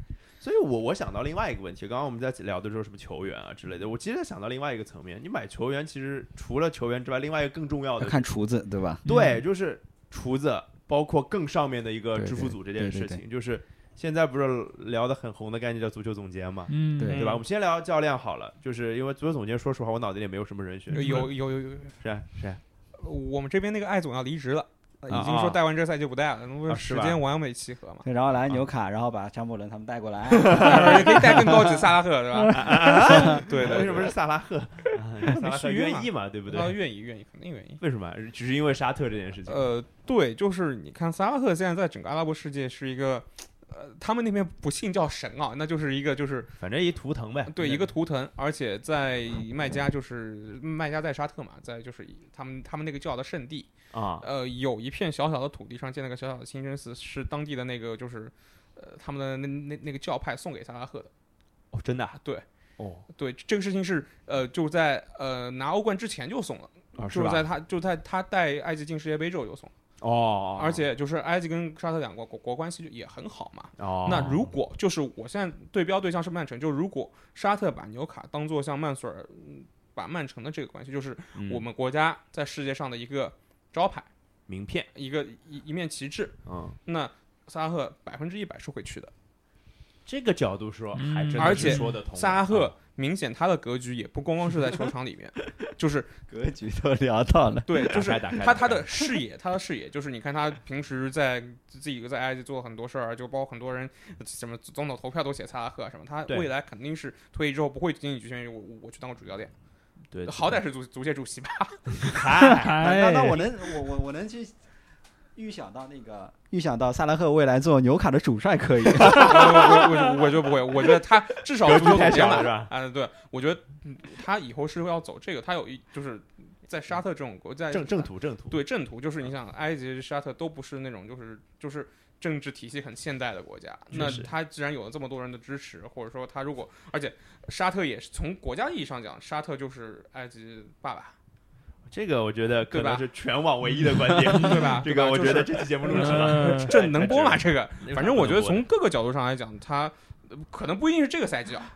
A: 所以我我想到另外一个问题，刚刚我们在聊的就是什么球员啊之类的，我其实想到另外一个层面，你买球员其实除了球员之外，另外一个更重要
B: 要
A: 的，
B: 看厨子对吧？
D: 嗯
A: 对，就是厨子，包括更上面的一个
B: 对
A: 支付
B: 对
A: 组这件
B: 对对
A: 事
B: 对
A: 情，就是现在不是聊的很红的概念叫足球总监嘛，
D: 嗯，
B: 对？
A: 对吧？我们先聊教练好了，就是因为足球总监，说实话，我脑子里没有什么人选，
C: 有有有有，
A: 是啊是啊
C: 我们这边那个艾总要离职了，呃已经
A: 啊
C: 说带完这赛就不带了，那不
A: 啊是
C: 时
A: 吧
C: 间完美契合嘛
B: 然后来纽卡，然后把张伯伦他们带过来，
C: 也可以带更高级萨拉赫是
A: 啊
C: 吧？对
A: 为什么
C: 对
A: 是萨拉赫？萨拉赫
C: 续约嘛
A: 愿意嘛，对不
C: 对，啊，
A: 对？
C: 愿意愿意，肯定愿意。
A: 为什么？只是因为沙特这件事情。
C: 呃，对，就是你看萨拉赫现在在整个阿拉伯世界是一个，呃，他们那边不信叫神啊，那就是一个就是
A: 反正一图腾呗。
C: 对一个图腾，而且在麦加就是麦加在沙特嘛，在就是他们他们那个教的圣地，
A: 啊，
C: 呃，有一片小小的土地上建了个小小的清真寺，是当地的那个就是。呃，他们的那那那个教派送给萨拉赫的，
A: 哦，真的啊
C: 对
A: 哦
C: 对，这个事情是呃，就在呃拿欧冠之前就送了，
A: 啊
C: 就是
A: 吧
C: 在他就在他带埃及进世界杯之后就送了，
A: 哦哦，
C: 而且就是埃及跟沙特两国国国关系就也很好嘛，
A: 哦，
C: 那如果就是我现在对标对象是曼城，就如果沙特把纽卡当做像曼索尔嗯把曼城的这个关系，就是
A: 嗯
C: 我们国家在世界上的一个招牌，
A: 名片，
C: 一个一一面旗帜，
A: 嗯，
C: 那萨拉赫百分之一百是会去的。
A: 这个角度说
D: 嗯
A: 还真
C: 而
A: 的
C: 且
A: 是说得通的。啊
C: 萨拉赫明显他的格局也不光光是在球场里面， 就是
B: 格局都聊到了。
C: 对，就
A: 打
C: 是
A: 开打开
C: 他
A: 打
C: 他
A: 开
C: 的视野，他的视野就是你看他平时在自己在埃及做很多事儿，就包括很多人什么总统投票都写萨拉赫什么，他
A: 对
C: 未来肯定是退役之后不会仅仅局限于我我我去当个主教练。
A: 对，
C: 好歹是足足协主席吧？
A: 嗨，
D: 哎，
B: 那那我能我我我能去预想到那个预想到萨拉赫未来做纽卡的主帅可以，
C: 我我我我就不会，我觉得他至少
A: 格
C: 足
A: 局
C: 球
A: 太
C: 总
A: 小
C: 监
A: 了
C: 嘛
A: 是，吧？
C: 啊，对，我觉得嗯他以后是要走这个，他有一就是在沙特这种国在
A: 正正途正途，
C: 对正途，就是你想埃及、沙特都不是那种就是就是政治体系很现代的国家，那
A: 是
C: 他既然有了这么多人的支持，或者说他如果而且沙特也是从国家意义上讲，沙特就是埃及 爸爸，
A: 这个我觉得可
C: 对吧
A: 能是全网唯一的 观点。
C: 对 吧？
A: 这
C: 对吧
A: 个我
C: 就
A: 觉得
C: 是
A: 这期节目录制了，
D: 嗯
C: 这能播吗？
A: 太
C: 这个？
A: 那
C: 反正我觉得
A: 不能
C: 从各个角度上来讲，他呃可能不一定是这个赛季啊，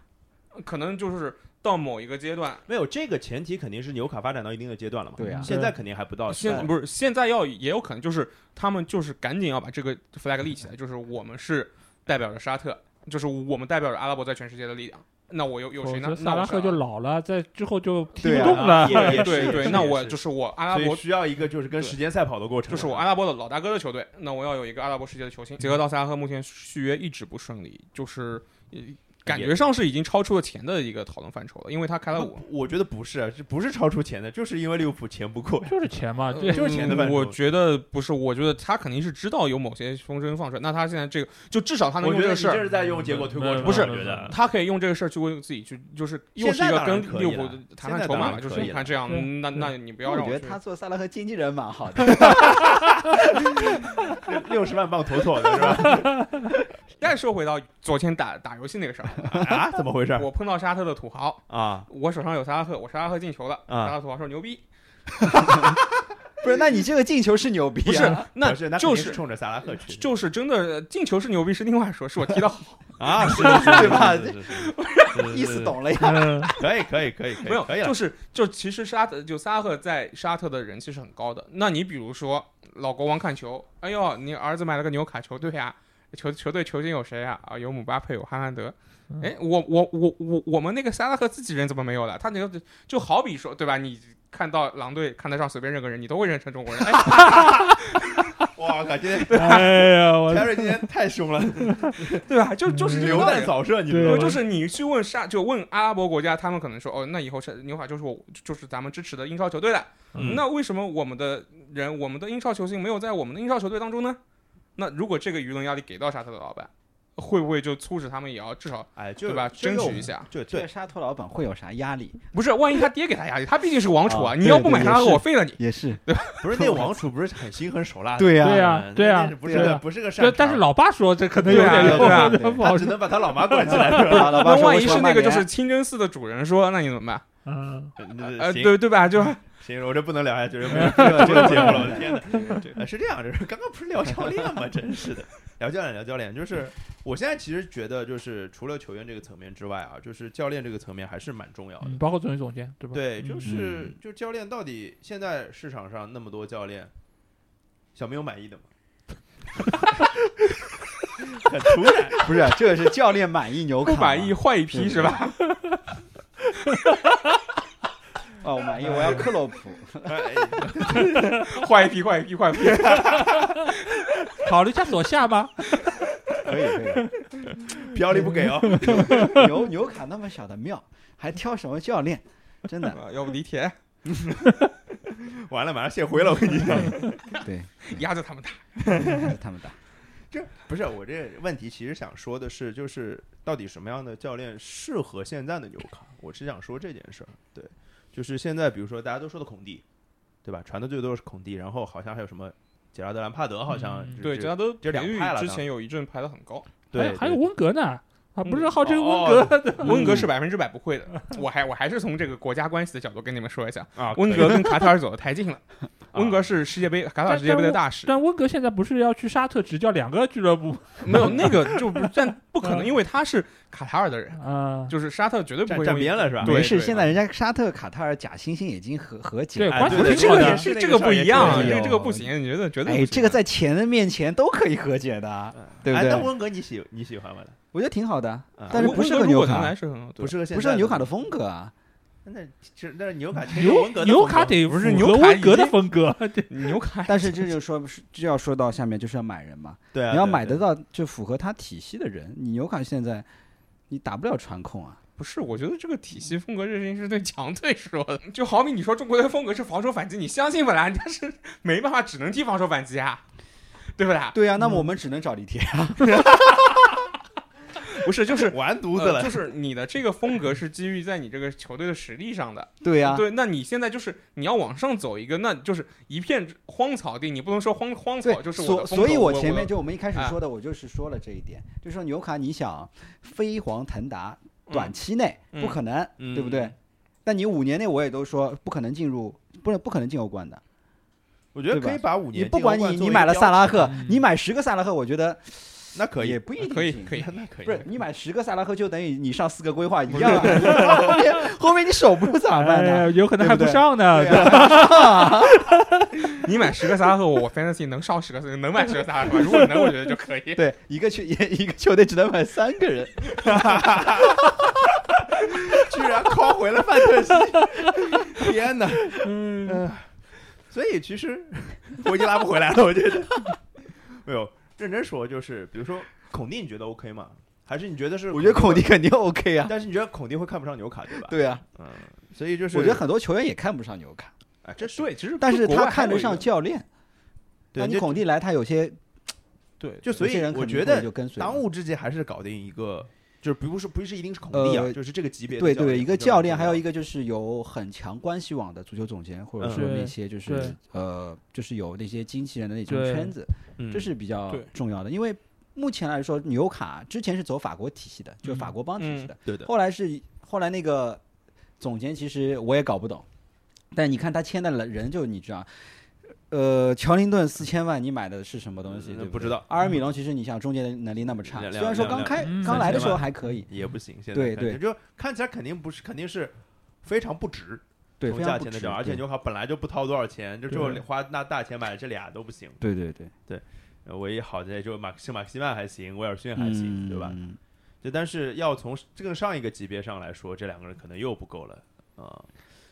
C: 可能就是到某一个阶段
A: 播。没有这个前提肯定是纽卡发展到一定的阶段了嘛。
B: 对啊
A: 现在肯定还不到。
C: 现不是现在要也有可能就是他们就是赶紧要把这个 flag 立起来，就是我们是代表着沙特，就是我们代表着阿拉伯在全世界的力量。那我有有
D: 否
C: 谁
D: 则
C: 呢？
D: 萨
C: 那
D: 拉
C: 我啊
D: 赫
C: 是
D: 就老了，在之后就踢
B: 对啊
D: 不动了。
A: 也也是
C: 对
A: 也
C: 对，
A: 是
C: 那
A: 也
C: 我
A: 是
C: 就是我阿拉
A: 所以
C: 伯，
A: 需要一个就是跟
C: 对
A: 时间赛跑的过程，啊
C: 就是我阿拉伯的老大哥的球队，那我要有一个阿拉伯世界的球星。结合到萨拉赫目前续约一直不顺利，就是呃感觉上是已经超出了钱的一个讨论范畴了，因为他开了五
A: 不。我觉得不是，这不是超出钱的，就是因为利物浦钱不够呀。
D: 就是钱嘛，
C: 呃
D: 啊对，嗯
A: 就是钱的范畴
C: 我觉得不是，我觉得他肯定是知道有某些风声放出来，那他现在这个就至少他能
A: 我
C: 用
A: 觉得
C: 这个
A: 你
C: 事儿
A: 这，是在用结果推过程，
D: 不是
A: 我觉得
C: 他可以用这个事儿去为自己去，就是又是一个跟利物浦谈判筹码嘛，就是你看这样，那那你不 要
B: 我
C: 让
B: 觉
C: 我
B: 得
C: 去。
B: 他做萨拉赫经纪人蛮好的，
A: 六十万镑妥妥的是吧？
C: 再说回到昨天打打游戏那个 事儿，
A: 啊，怎么回事
C: 我碰到沙特的土豪，
A: 啊？
C: 我手上有沙拉赫，我沙拉赫进球了，
A: 啊
C: 沙拉土豪说牛逼，
B: 不是？那你这个进球是牛逼、啊，
C: 不是，那
A: 不是，那
C: 就
A: 肯定
C: 是
A: 冲着萨拉赫去的
C: 就是真的进球是牛逼是另外说，是我踢的好，
A: 啊，是对吧？
B: 意思懂 了呀？
D: 嗯，
A: 可以，可以，可以，可以，
C: 没有
A: 可以，了
C: 就。是就其实沙特就沙拉赫在沙特的人气是很高的。那你比如说老国王看球，哎呦，你儿子买了个纽卡球队呀、球球队球星有谁啊？啊，有姆巴佩，有哈兰德。
A: 嗯
C: 哎，我我我我我们那个沙拉赫自己人怎么没有了？他那个就好比说，对吧？你看到狼队看得上随便任何人，你都会认成中国人。 哎，
A: 哇靠， 今天
D: 哎呀，我
A: Terry 今天太凶了，
C: 对吧？就就是这个
A: 榴
C: 呃道理
A: 弹扫射，你知道吗？
C: 对，就是你去问沙，就问阿拉伯国家，他们可能说，哦，那以后是纽卡就是我，就是咱们支持的英超球队了。
A: 嗯
C: 那为什么我们的人，我们的英超球星没有在我们的英超球队当中呢？那如果这个舆论压力给到沙特的老板，会不会就促使他们也要至少
A: 哎，就
C: 对吧，
A: 就
C: 争
A: 又
C: 取一下？
A: 就
B: 这
A: 对
B: 个，沙特老板会有啥压力？
C: 不是，万一他爹给他压力，他毕竟是王储
B: 啊
C: 啊！你要不买
B: 对
C: 他，
B: 对也是
C: 我废了你。
B: 也是，
A: 不是那王储不是很心狠手辣的？
B: 对呀、
D: 对呀
A: 嗯
D: 啊对呀
A: 那是不是
D: 对呀
A: 个不是个善
D: 这
A: 茬，
D: 但是老爸说这可能有
C: 对啊
D: 点用，
C: 对啊
D: 这不好
A: 他只
D: 说，
A: 能把他老妈管起来， 是吧？
B: 啊老爸
C: 那
B: 说
C: 万
B: 我
C: 一
B: 喜欢
C: 是那个
B: 曼
C: 就
B: 联
C: 是清真寺的主人说，那你怎么办？
D: 嗯，
C: 呃，
A: 呃，行
C: 对对吧？就
A: 行，我这不能聊下去，这没有这个这个节目了，我的天哪！呃是这样，就是刚刚不是聊教练吗？真是的，聊教练，聊教练，就是我现在其实觉得，就是除了球员这个层面之外啊，就是教练这个层面还是蛮重要的。
D: 嗯包括总体总监对吧？
A: 对，就
D: 嗯
A: 是
B: 嗯
A: 就教练到底现在市场上那么多教练，小明有满意的吗？ 很突然，
B: 不是，这个是教练满意纽卡
C: 不
B: 吗，
A: 啊
C: 满意换一批
B: 对
C: 是吧？
B: 哦，我满意，我要克洛普。
A: 哎
C: 换一批，换一批，换一批。
D: 考虑一下左下吧，
B: 可以可
A: 表里不给哦。
B: 以，纽纽卡那么小的庙，还挑什么教练？真 的，
C: 啊要不李铁
A: 完了，马上谢回了，我跟你讲。
B: 嗯对，
C: 压着他们打。
B: 还是他们打。
A: 这 不是我这问题，其实想说的是，就是到底什么样的教练适合现在的纽卡？我是想说这件事儿。对，就是现在，比如说大家都说的孔蒂，对吧？传的最多是孔蒂，然后好像还有什么杰拉德、兰帕德，好像
D: 嗯
A: 是
C: 对，
A: 这
C: 这家都
A: 这两
C: 领域
A: 派了
C: 之
A: 当
C: 前有一阵排的很高，
A: 对，
D: 还哎还有
A: 对
D: 温格呢，啊，不是
C: 嗯
D: 号称温
A: 哦
D: 格的，
C: 温格是百分之百不会的。我还我还是从这个国家关系的角度跟你们说一下，
A: 啊，
C: 温
A: 可以
C: 格跟卡塔尔走的太近了。温格是世界杯卡塔尔世界杯的大使，
D: 但温格现在不是要去沙特执教两个俱乐部吗
C: 没有那个 就不，但不可能，因为他是卡塔尔的人，
D: 啊？
C: 就是沙特绝对不
A: 站
C: 会
A: 站
C: 用一
A: 边了是吧？
C: 啊对
B: 没事，现在人家沙特、卡塔尔、假惺惺已经和和解
D: 对，
B: 了。
A: 哎
D: 关系
A: 对对
D: 挺
C: 这
D: 好
C: 个
A: 对
D: 的
C: 也
A: 对。
C: 是
A: 对
C: 这个不一样啊，
B: 哎呦
C: 这个这个啊不行，你觉得绝对不
B: 哎，
C: 行
B: 这个在钱的面前都可以和解的，啊对不
A: 哎，
B: 对
A: 那？温格你喜你喜欢 吗？
B: 我觉得挺好的
A: 啊，
B: 但是
C: 温
B: 不
C: 温
B: 适
C: 格
B: 合
C: 如
B: 纽
C: 果能来
B: 卡，
C: 是很好，对
A: 不。适合现
B: 不适
A: 在
B: 合
A: 的
B: 纽卡的风格啊。
A: 那是那纽卡其实
D: 纽
A: 温格的
D: 纽
A: 风格
D: 卡得
C: 不是
D: 符
C: 纽
D: 合
C: 卡
D: 温
C: 已
D: 格的
C: 经
D: 风格，对
C: 牛卡，
B: 但是这就说这就要说到下面就是要买人嘛，
A: 对啊，
B: 你要
A: 对
B: 买
A: 对
B: 得到就符合他体系的人。你纽卡现在你打不了传控啊，
C: 不是，我觉得这个体系风格认定是对强队说的，就好比你说中国的风格是防守反击，你相信不啦？但是没办法，只能踢防守反击啊，对不啦？
B: 对呀、那么我们只能找李铁。
C: 不是，就是
A: 完犊子
C: 呃
A: 了
C: 就，是你的这个风格是基于在你这个球队的实力上的。
B: 对啊呀、
C: 对，那你现在就是你要往上走一个，那就是一片荒草地，你不能说荒荒
B: 对
C: 草，哦就是我
B: 所
C: 的风格。
B: 所以，
C: 我
B: 我前面
C: 就
B: 就我们一开始说的，我就是说了这一点，就说纽卡你想飞黄腾达，短期内
C: 嗯
B: 不可能，
A: 嗯
B: 对不对？但你五年内我也都说不可能进入，不能不可能进欧冠的。
A: 我觉得
B: 对吧
A: 可以把五
B: 你
A: 年
B: 不
A: 进
B: 管
A: 欧冠
B: 你
A: 作为
B: 你
A: 一
B: 买
A: 个
B: 了
A: 标
B: 萨拉赫
D: 嗯，
B: 你买十个萨拉赫，我觉得
A: 那可以
B: 也不一定
C: 可以
B: 进
C: 可以
A: 那可以啊
B: 不是你买十个萨拉赫，就等于你上四个规划一样啊， 后面后面你守不住咋办呢？
D: 哎有可能
B: 对
D: 还
B: 不
D: 不
B: 对
D: 上呢。
A: 对啊
C: 嗯你买十个萨拉赫，我我 fantasy 能上十个，能买十个萨拉赫吧，如果能，我觉得就可以。
B: 对，一个球一一个球队只能买三个人，
A: 居然薅回了范特西，天哪！嗯，所以其实 我已经拉不回来了，我觉得。没有认真说，就是比如说孔蒂，你觉得 OK 吗？还是你觉得是？
B: 我觉得孔蒂，肯定 OK 啊。
A: 但是你觉得孔蒂会看不上纽卡，对吧？，
B: 对啊，
A: 嗯，所以就是
B: 我觉得很多球员也看不上纽卡，
A: 哎，这是
C: 对，其实
B: 但是
C: 国外
B: 他看
C: 还有
B: 得
C: 一个
B: 上教练。
A: 对
B: 那你
A: 这
B: 孔蒂来，他有些
C: 对，
A: 就所
B: 有些
A: 以
B: 人
A: 我
B: 肯定
A: 觉
B: 会
A: 得
B: 就跟随
A: 当
B: 了
A: 务之急还是搞定一个，就是不是不是一定是孔蒂啊，
B: 呃
A: 就是这个级别的
B: 对
A: 教练
B: 对，一个
A: 我觉得
B: 教
A: 很
B: 练，
A: 重
B: 还有
A: 要
B: 一个就是有很强关系网的足球总监，或者
A: 嗯
B: 说那
D: 对
B: 些就
D: 对
B: 是呃，就是有那些经纪人的那种
D: 对
B: 圈子，
A: 嗯
B: 这是比较
C: 对
B: 重要的。因为目前来说，纽卡之前是走法国体系的，就是法
D: 嗯
B: 国帮体系
C: 嗯
B: 的，
A: 对的，
B: 后来是后来那个总监，其实我也搞不懂，但你看他签的人就你知道，呃，乔林顿四千万，你买的是什么东西？
A: 嗯
B: 对
A: 不知道
B: 阿尔米隆其实你想终结能力那么差，
A: 两
B: 虽然说
A: 两
B: 刚开
D: 两
B: 刚来的
A: 三千万
B: 时候还可以，
A: 也不行，现在
B: 对
A: 看起来
B: 对
A: 就看起来肯定不是，肯定是非常不值，
B: 对，
A: 从
B: 非常
A: 价
B: 不
A: 钱的
B: 值
A: 角，而且
B: 对
A: 纽卡本来就不掏多少钱，就这种
D: 对
A: 花那大钱买这俩都不行，
B: 对对对，
A: 呃唯一好的也就马圣马克西曼还行，威尔逊还行，对吧？
B: 嗯
A: 就但是要从更上一个级别上来说，这两个人可能又不够了啊、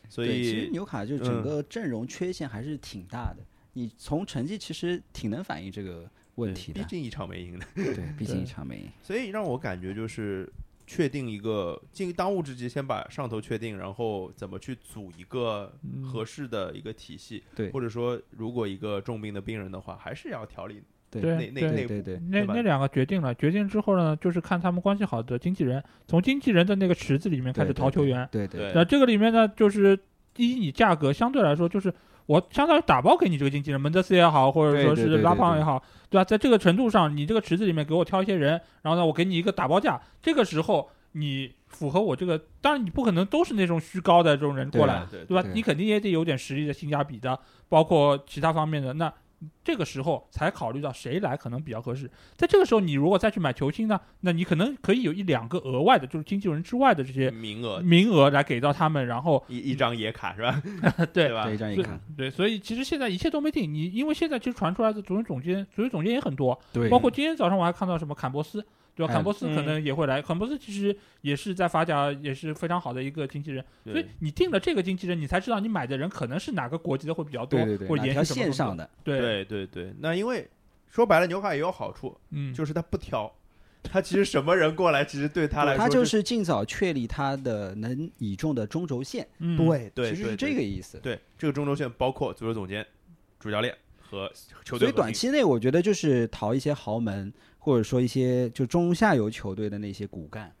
A: 所
B: 对，其实
A: 以
B: 纽卡就
A: 嗯
B: 整个阵容缺陷还是挺大的，你从成绩其实挺能反映这个问题
A: 毕
B: 的，
A: 竟一场没赢的，
B: 对，毕竟
D: 对
B: 一场没赢。
A: 所以让我感觉就是确定一个尽当务之急，先把上头确定，然后怎么去组一个
D: 嗯
A: 合适的一个体系，
B: 对
A: 或者说如果一个重病的病人的话，还是要调理
B: 对
D: 对
A: 内内
D: 对
A: 内
B: 对
A: 部
B: 对对，
D: 那
A: 对吧
D: 那两个决定了，决定之后呢，就是看他们关系好的经纪人，从经纪人的那个池子里面开始
B: 对对
D: 淘球
B: 对
D: 员。
B: 对对
A: 对
D: 那这个里面呢，就是第一，你价格相对来说就是我相当于打包给你这个经纪人，门德斯也好，或者
B: 对
D: 说
B: 对
D: 是
B: 对
D: 拉
B: 对
D: 胖
B: 对
D: 也好，对吧？在这个程度上，你这个池子里面给我挑一些人，然后呢，我给你一个打包价，这个时候你符合我这个，当然你不可能都是那种虚高的这种人过
B: 对
D: 来
B: 啊，
A: 对
D: 对吧？
B: 对
D: 你肯定也得有点实力的性价比的，包括其他方面的。那这个时候才考虑到谁来可能比较合适。在这个时候，你如果再去买球星呢，那你可能可以有一两个额外的，就是经纪人之外的这些
A: 名额
D: 名额来给到他们，然后
A: 一一张野卡是吧？
D: 对
A: 吧
B: 对，？这样一
D: 对
B: 看，
D: 对，所以其实现在一切都没定。你因为现在其实传出来的足球总监，足球总监也很多，
B: 对
D: 包括今天早上我还看到什么坎博斯，对吧？
B: 哎
D: 坎博斯可
C: 嗯
D: 能也会来，坎博斯其实也是在法甲也是非常好的一个经纪人，所以
A: 对
D: 你定了这个经纪人，你才知道你买的人可能是哪个国籍的会比较多，
B: 对对对，
D: 或者
B: 哪
D: 延
B: 条
D: 续什么
B: 线
D: 风格
B: 上的，
D: 对，
A: 对对对，那因为说白了，纽卡也有好处，
D: 嗯，
A: 就是他不挑，他其实什么人过来，其实对他来说，
B: 他
A: 就
B: 就是尽早确立他的能倚重的中轴线，
D: 嗯，
A: 对对，
B: 其实
A: 对
B: 是这个意思。
A: 对这个中轴线包括足球总监、主教练和球
B: 所
A: 队
B: 以
A: 核
B: 短
A: 心。
B: 期内，我觉得就是淘一些豪门，或者说一些就中下游球队的那些骨干。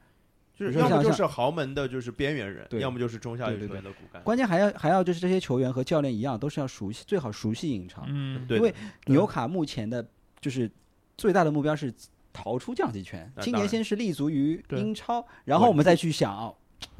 A: 就是
B: 比如
A: 要
B: 说
A: 么就
B: 像
A: 是豪门的，就是边缘人，
B: 对
A: 要么就是中下游
B: 对对
A: 球员的骨干。
B: 关键还要还要就是这些球员和教练一样，都是要熟悉，最好熟悉英超。
D: 嗯，
A: 对
B: 因为
A: 的，
B: 纽卡目前的就是最大的目标是逃出降级圈，
A: 那
B: 今
A: 啊当
B: 年
A: 然
B: 先是立足于
D: 对
B: 英超，然后我们再去想啊，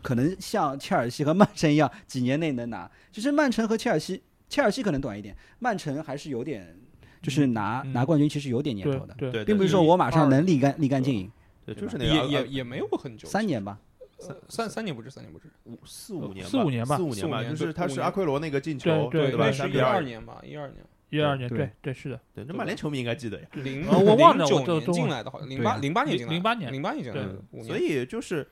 B: 可能像切尔西和曼城一样，几年内能拿。其实曼城和切尔西，切尔西可能短一点，曼城还是有点，就是拿、
D: 嗯
B: 拿冠军其实有点年
D: 对
B: 头的，
D: 对
A: 对，
B: 并不是
A: 对
B: 说我马上
C: 二
B: 能立竿立竿见影，
A: 对，就是那个
C: 也
A: 二
C: 也也没有很久，
B: 三年吧。
C: 呃三三年不止，三年不止，
A: 五四五年吧，
D: 四五年吧
A: 四五年吧，就
C: 四五年
A: 是他
C: 五
A: 是
C: 年
A: 阿奎罗那个进球，
D: 对
A: 吧？
C: 那
A: 三
C: 是
A: 比
C: 一二
A: 二，
C: 年吧，一二年，
D: 一二年，
B: 对
D: 对对是的，
A: 对，那曼联球迷应该记得呀。
C: 零
D: 啊我忘了我
C: 九
D: 都
C: 年
D: 都
C: 进
D: 忘
C: 来的，好像零
B: 对
C: 八
B: 啊
C: 零八年
D: 零
C: 进来的，
D: 零八年
C: 零八年进来的
D: 对，
C: 五年
A: 所以就是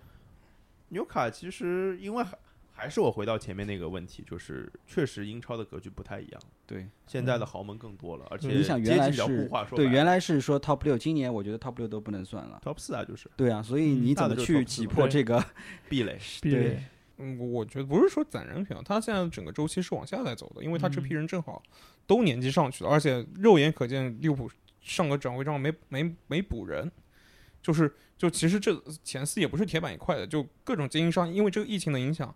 A: 纽卡其实因为还还是我回到前面那个问题，就是确实英超的格局不太一样，
B: 对，
A: 现在的豪门更多了，而且
B: 你想
A: 阶
B: 原来
A: 级比较
B: 是
A: 固化，说
B: 对，
A: 白了
B: 原来是说 top 六，今年我觉得 top 六都不能算了。
A: top 四啊，就是
B: 对啊，所以
D: 嗯
B: 你
A: 大
B: 怎
A: 的
B: 么
A: 就是
B: 去
A: top 四
B: 挤
A: 嘛
B: 破
D: 对
B: 这个？
A: 壁垒。
D: 必
B: 对
D: 然
C: 嗯，我觉得不是说攒人票，他现在整个周期是往下在走的，因为他这批人正好都年纪上去了，而且肉眼可见利物浦上个转会账没没没补人，就是就其实这前四也不是铁板一块的，就各种经营商因为这个疫情的影响。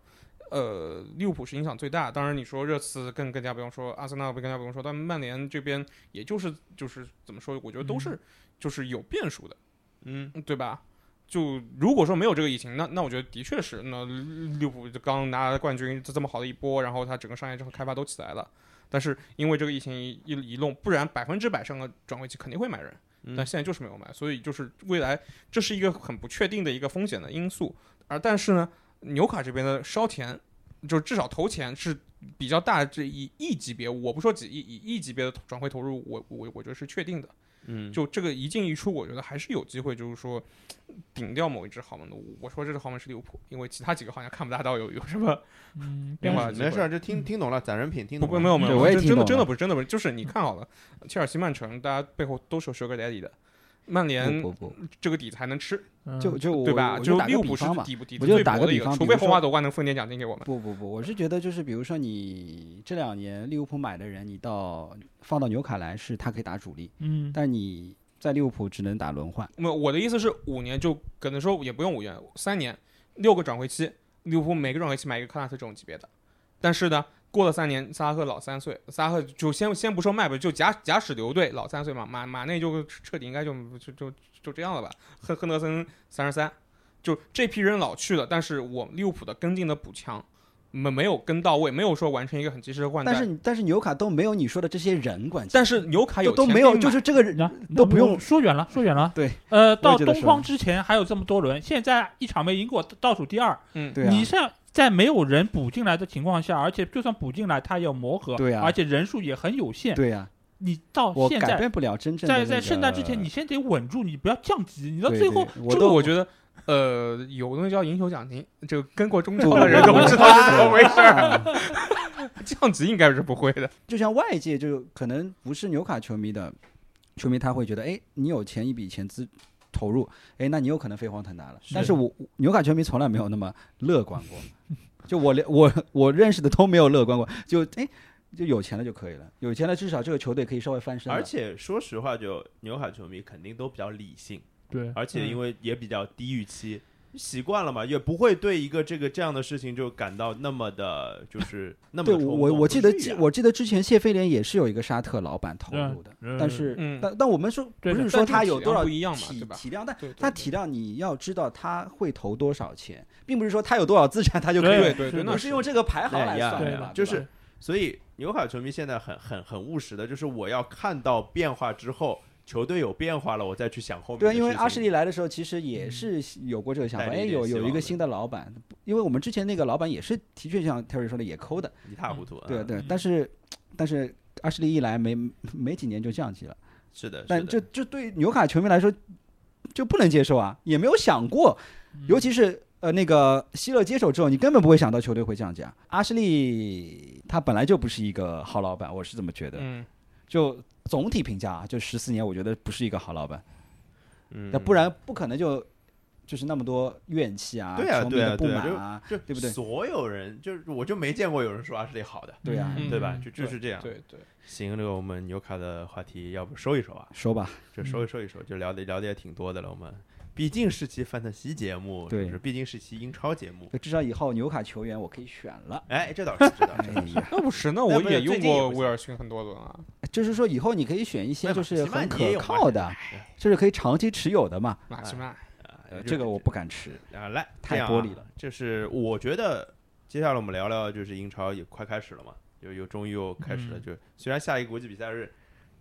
C: 呃，利物浦是影响最大，当然你说热刺更更加不用说，阿森纳更加不用说，但曼联这边也就是就是怎么说，我觉得都是、就是有变数的，
A: 嗯，
C: 对吧？就如果说没有这个疫情，那那我觉得的确是，那利物浦就刚拿冠军，这这么好的一波，然后他整个商业这开发都起来了。但是因为这个疫情一一弄，不然百分之百上个转会期肯定会买人，
A: 嗯
C: 但现在就是没有买，所以就是未来这是一个很不确定的一个风险的因素。而但是呢，纽卡这边的烧钱，就是至少投钱是比较大，这以亿级别，我不说几亿，以亿级别的转会投入，我我我觉得是确定的。
A: 嗯，
C: 就这个一进一出，我觉得还是有机会，就是说顶掉某一支豪门的。我我说这支豪门是利物浦，因为其他几个好像看不大到有有 什么
D: 嗯，
C: 变化
D: 但
C: 的机
A: 没事
C: 会。
A: 儿，这听听懂了，攒人品听
C: 不
A: 懂
C: 不
A: 了。
C: 没有没
B: 嗯对
C: 有，
B: 我也
C: 这
B: 听
C: 真
B: 懂了
C: 的真的不是真的不是，就是你看好了，切尔西、曼城，大家背后都是有 sugar daddy 的。曼联
B: 不不不，
C: 这个底才能吃，
D: 嗯
B: 就就我
C: 对吧？
B: 我
C: 就
B: 就打
C: 利
B: 个
C: 物
B: 比
C: 浦是
B: 方吧。
C: 底部底
B: 我
C: 子
B: 就
C: 最
B: 打
C: 薄
B: 个
C: 的一
B: 比
C: 个，
B: 方
C: 除
B: 比
C: 非
B: 如说
C: 红袜夺冠能分点奖金给我们。
B: 不不不，我是觉得就是比如说你这两年利物浦买的人，你到放到纽卡来是他可以打主力，
D: 嗯，
B: 但你在利物浦只能打轮换。
C: 那么我的意思是，五年就可能说也不用五年，三年六个转会期，利物浦每个转会期买一个科纳特这种级别的。但是呢，过了三年，萨拉赫老三岁，萨拉赫就先先不说卖吧，就假假使留队老三岁嘛，马马内就彻底应该就就就就这样了吧。亨亨德森三十三，就这批人老去了，但是我利物浦的跟进的补强没没有跟到位，没有说完成一个很及时的换代。
B: 但是你但是纽卡都没有你说的这些人，关键
C: 但是纽卡有
B: 就都
C: 钱
B: 没
C: 可
B: 有，
C: 以买
B: 就是这个人
D: 那
B: 都不用
D: 说远了，说远了。
B: 对，
D: 呃，到
B: 也觉得
D: 东
B: 是
D: 框之前还有这么多轮，现在一场没赢过，倒数第二。
C: 嗯，
B: 对啊，
D: 你像在没有人补进来的情况下，而且就算补进来，他也要磨合，
B: 对啊
D: 而且人数也很有限。
B: 对呀、
D: 你到
B: 我
D: 现
B: 改
D: 在，
B: 变不了真正的
D: 在
B: 那
D: 在
B: 个
D: 圣诞 之前，你先得稳住，你不要降级，你到
B: 对
D: 最
B: 对
D: 后
B: 我
C: 这
B: 都
C: 个我觉得，呃，有东西叫赢球奖金，就跟过中超
B: 不
C: 的人都知道是怎么回事儿。
B: 啊
C: 降级应该是不会的。
B: 就像外界就可能不是纽卡球迷的球迷，他会觉得，哎，你有钱一笔钱资投入，哎，那你有可能飞黄腾达了。
D: 是
B: 但是我我纽卡球迷从来没有那么乐观过，就我连我我认识的都没有乐观过，就哎。就有钱了就可以了，有钱了至少这个球队可以稍微翻身了。
A: 而且说实话，就纽卡球迷肯定都比较理性，
B: 哎
D: 对，
A: 而且因
B: 嗯
A: 为也比较低预期，习惯了嘛，也不会对一个这个这样的事情就感到那么的，就是 那么
B: 对
A: 的
B: 我
A: 冲
B: 我
A: 动
B: 我
A: 不
B: 记得
A: 至于
B: 记
A: 啊
B: 我记得之前谢菲联也是有一个沙特老板投入的，
D: 嗯
B: 但是、
C: 嗯
B: 但但我们说不
D: 对的
B: 是说
C: 但
B: 他
C: 这个
B: 有
C: 体
B: 多少
C: 量不一样嘛
B: 体
C: 对吧
B: 体量，但
C: 对，
B: 他体量你要知道他会投多少钱，并不是说他有多少资产他就可以
C: 对
D: 对
B: 了，
C: 对
D: 是
C: 对，
D: 的
C: 那
B: 不是用这个排行来算
D: 对
B: 的
D: 的
B: 嘛，
A: 就
B: 对吧
A: 是所以纽卡球迷现在很很很务实的，就是我要看到变化之后，球队有变化了，我再去想后面的事
B: 对啊，
A: 情。
B: 因为阿什利来的时候其实也是有过这个想法，
A: 带着
B: 哎，
A: 一点
B: 有
A: 希望
B: 有一个
A: 的
B: 新的老板，因为我们之前那个老板也是的确像 Terry 说的也抠的，
A: 一塌糊涂。
B: 对啊
A: 嗯
B: 对，但是但是阿什利一来没没几年就降级了。
A: 是的，
B: 但
A: 是的
B: 这这对纽卡球迷来说就不能接受啊，也没有想过，
A: 嗯
B: 尤其是呃那个希勒接手之后，你根本不会想到球队会降价。阿什利他本来就不是一个好老板，我是这么觉得。
C: 嗯，
B: 就总体评价啊，就十四年，我觉得不是一个好老板，
A: 嗯
B: 那、不然不可能就就是那么多怨气啊，
A: 对啊
B: 球迷
A: 对啊
B: 的不
A: 对啊
B: 满啊，
A: 就
B: 对不对
A: 所有人就是我就没见过有人说阿什利好的，
B: 对啊，
C: 嗯
A: 对吧？就就是这样。
C: 对对，
A: 行，这个我们纽卡的话题要不收一收啊？
B: 说吧，
A: 就收一收一收，就聊的聊的也挺多的了。我们毕竟是期范特西节目，
B: 对
A: 是不是毕竟是期英超节目。
B: 就至少以后纽卡球员我可以选了。
A: 哎，这倒 是，这倒
B: 哎
A: 是。
B: 呀，
C: 那不是，那
A: 那
C: 我
A: 不是
C: 也用
A: 最近也
C: 过
A: 不
C: 威尔逊很多轮啊。
B: 就是说以后你可以选一些就是很可靠的，
A: 哎
B: 就是可以长期持有的嘛。
C: 马奇 曼，
B: 呃，这个我不敢吃。
A: 啊，来，
B: 太
A: 这样啊
B: 玻璃了。
A: 就是我觉得接下来我们聊聊，就是英超也快开始了嘛，又又终于又开始了。
D: 嗯
A: 就虽然下一个国际比赛日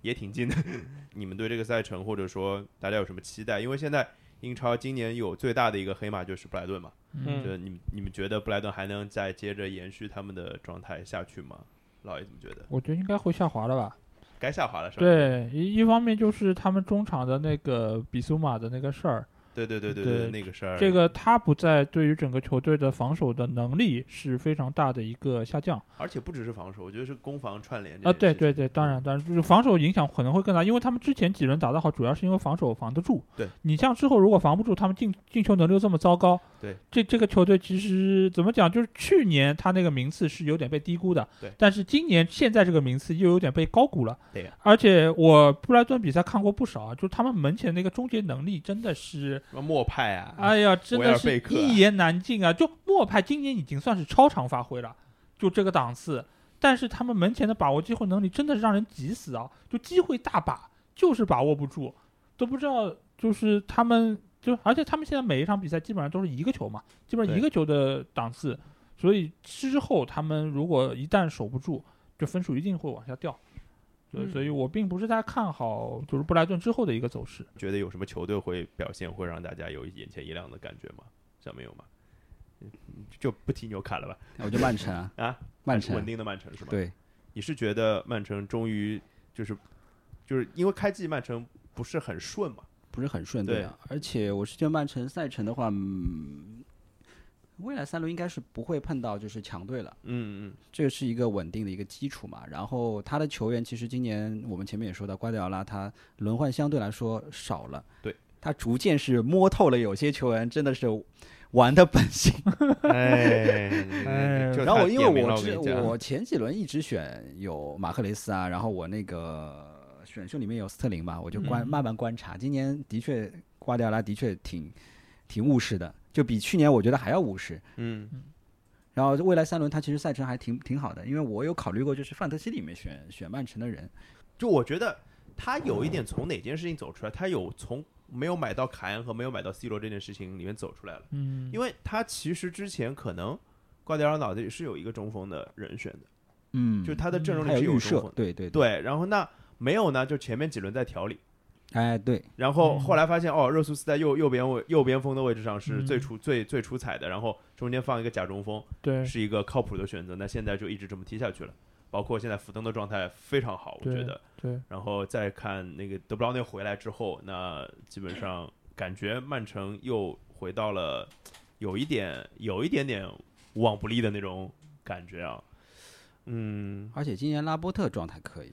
A: 也挺近的， 你们对这个赛程或者说大家有什么期待？因为现在英超今年有最大的一个黑马就是布莱顿嘛，
C: 嗯
A: 就你们你们觉得布莱顿还能再接着延续他们的状态下去吗？老爷怎么觉得？
D: 我觉得应该会下滑了吧？
A: 该下滑了
B: 啊
A: 是吧？
D: 对，一一方面就是他们中场的那个比苏马的那个事儿，
A: 对对对对
D: 对
A: 那个事儿，
D: 这个他不在，对于整个球队的防守的能力是非常大的一个下降
A: 而且不只是防守，我觉得是攻防串联这
D: 啊！
A: 件
D: 对
A: 事情
D: 对对，当然当然，就是防守影响可能会更大，因为他们之前几轮打得好，主要是因为防守防得住。
A: 对，
D: 你像之后如果防不住，他们进进球能力又这么糟糕，
A: 对，
D: 这这个球队其实怎么讲，就是去年他那个名次是有点被低估的，
A: 对
D: 但是今年现在这个名次又有点被高估了，
A: 对呀
D: 而且我布莱顿比赛看过不少啊，就是他们门前那个终结能力真的是。
A: 什么莫派啊，
D: 哎呀，真
A: 维尔
D: 的是
A: 贝克啊
D: 一言难尽啊！就莫派今年已经算是超常发挥了，就这个档次，但是他们门前的把握机会能力真的是让人急死啊！就机会大把，就是把握不住，都不知道就是他们就，而且他们现在每一场比赛基本上都是一个球嘛，基本上
A: 对
D: 一个球的档次，所以之后他们如果一旦守不住，这分数一定会往下掉。对，
C: 嗯
D: 所以我并不是太看好就是布莱顿之后的一个走势。
A: 觉得有什么球队会表现会让大家有眼前一亮的感觉吗？上面有吗？嗯就不提纽卡了吧？
B: 我就曼城啊
A: 啊，
B: 曼
A: 稳
B: 城，
A: 定的曼城是吧？，
B: 对，
A: 你是觉得曼城终于就是就是因为开季曼城不是很顺嘛？
B: 不是很顺对啊。而且我是觉得曼城赛程的话，嗯，未来三轮应该是不会碰到就是强队了，
A: 嗯嗯
B: 这是一个稳定的一个基础嘛。然后他的球员其实今年我们前面也说到，瓜迪奥拉他轮换相对来说少了，
A: 对
B: 他逐渐是摸透了有些球员真的是玩的本性。
A: 嗯，哎
D: 哎
A: 这
B: 然后
A: 太
B: 我因为
A: 点名了
B: 我
A: 我跟
B: 之
A: 你讲
B: 我前几轮一直选有马克雷斯啊，然后我那个选秀里面有斯特林嘛，我就观、
D: 嗯
B: 慢慢观察。今年的确瓜迪奥拉的确挺挺务实的，就比去年我觉得还要务实。
A: 嗯
B: 然后未来三轮他其实赛程还挺挺好的，因为我有考虑过就是范特西里面选选曼城的人，
A: 就我觉得他有一点从哪件事情走出来，他有从没有买到凯恩和没有买到 C 罗这件事情里面走出来了，
D: 嗯，
A: 因为他其实之前可能瓜迪奥拉脑子里是有一个中锋的人选的，
B: 嗯，
A: 就他的阵容
B: 还
A: 里是
B: 预
A: 中
B: 设
A: 锋，的，
B: 对对，
A: 对，然后那没有呢，就前面几轮在调理，
B: 哎对，
A: 然后
D: 嗯
A: 后来发现哦，热苏斯在右右边位右边锋的位置上是
D: 嗯
A: 最出、最最出彩的，然后中间放一个假中锋
D: 对
A: 是一个靠谱的选择，那现在就一直这么踢下去了。包括现在福登的状态非常好，我
D: 对
A: 觉得，
D: 对，
A: 然后再看那个德布劳内回来之后，那基本上感觉曼城又回到了有一点有一点点无往不利的那种感觉啊。嗯，
B: 而且今年拉波特状态可以，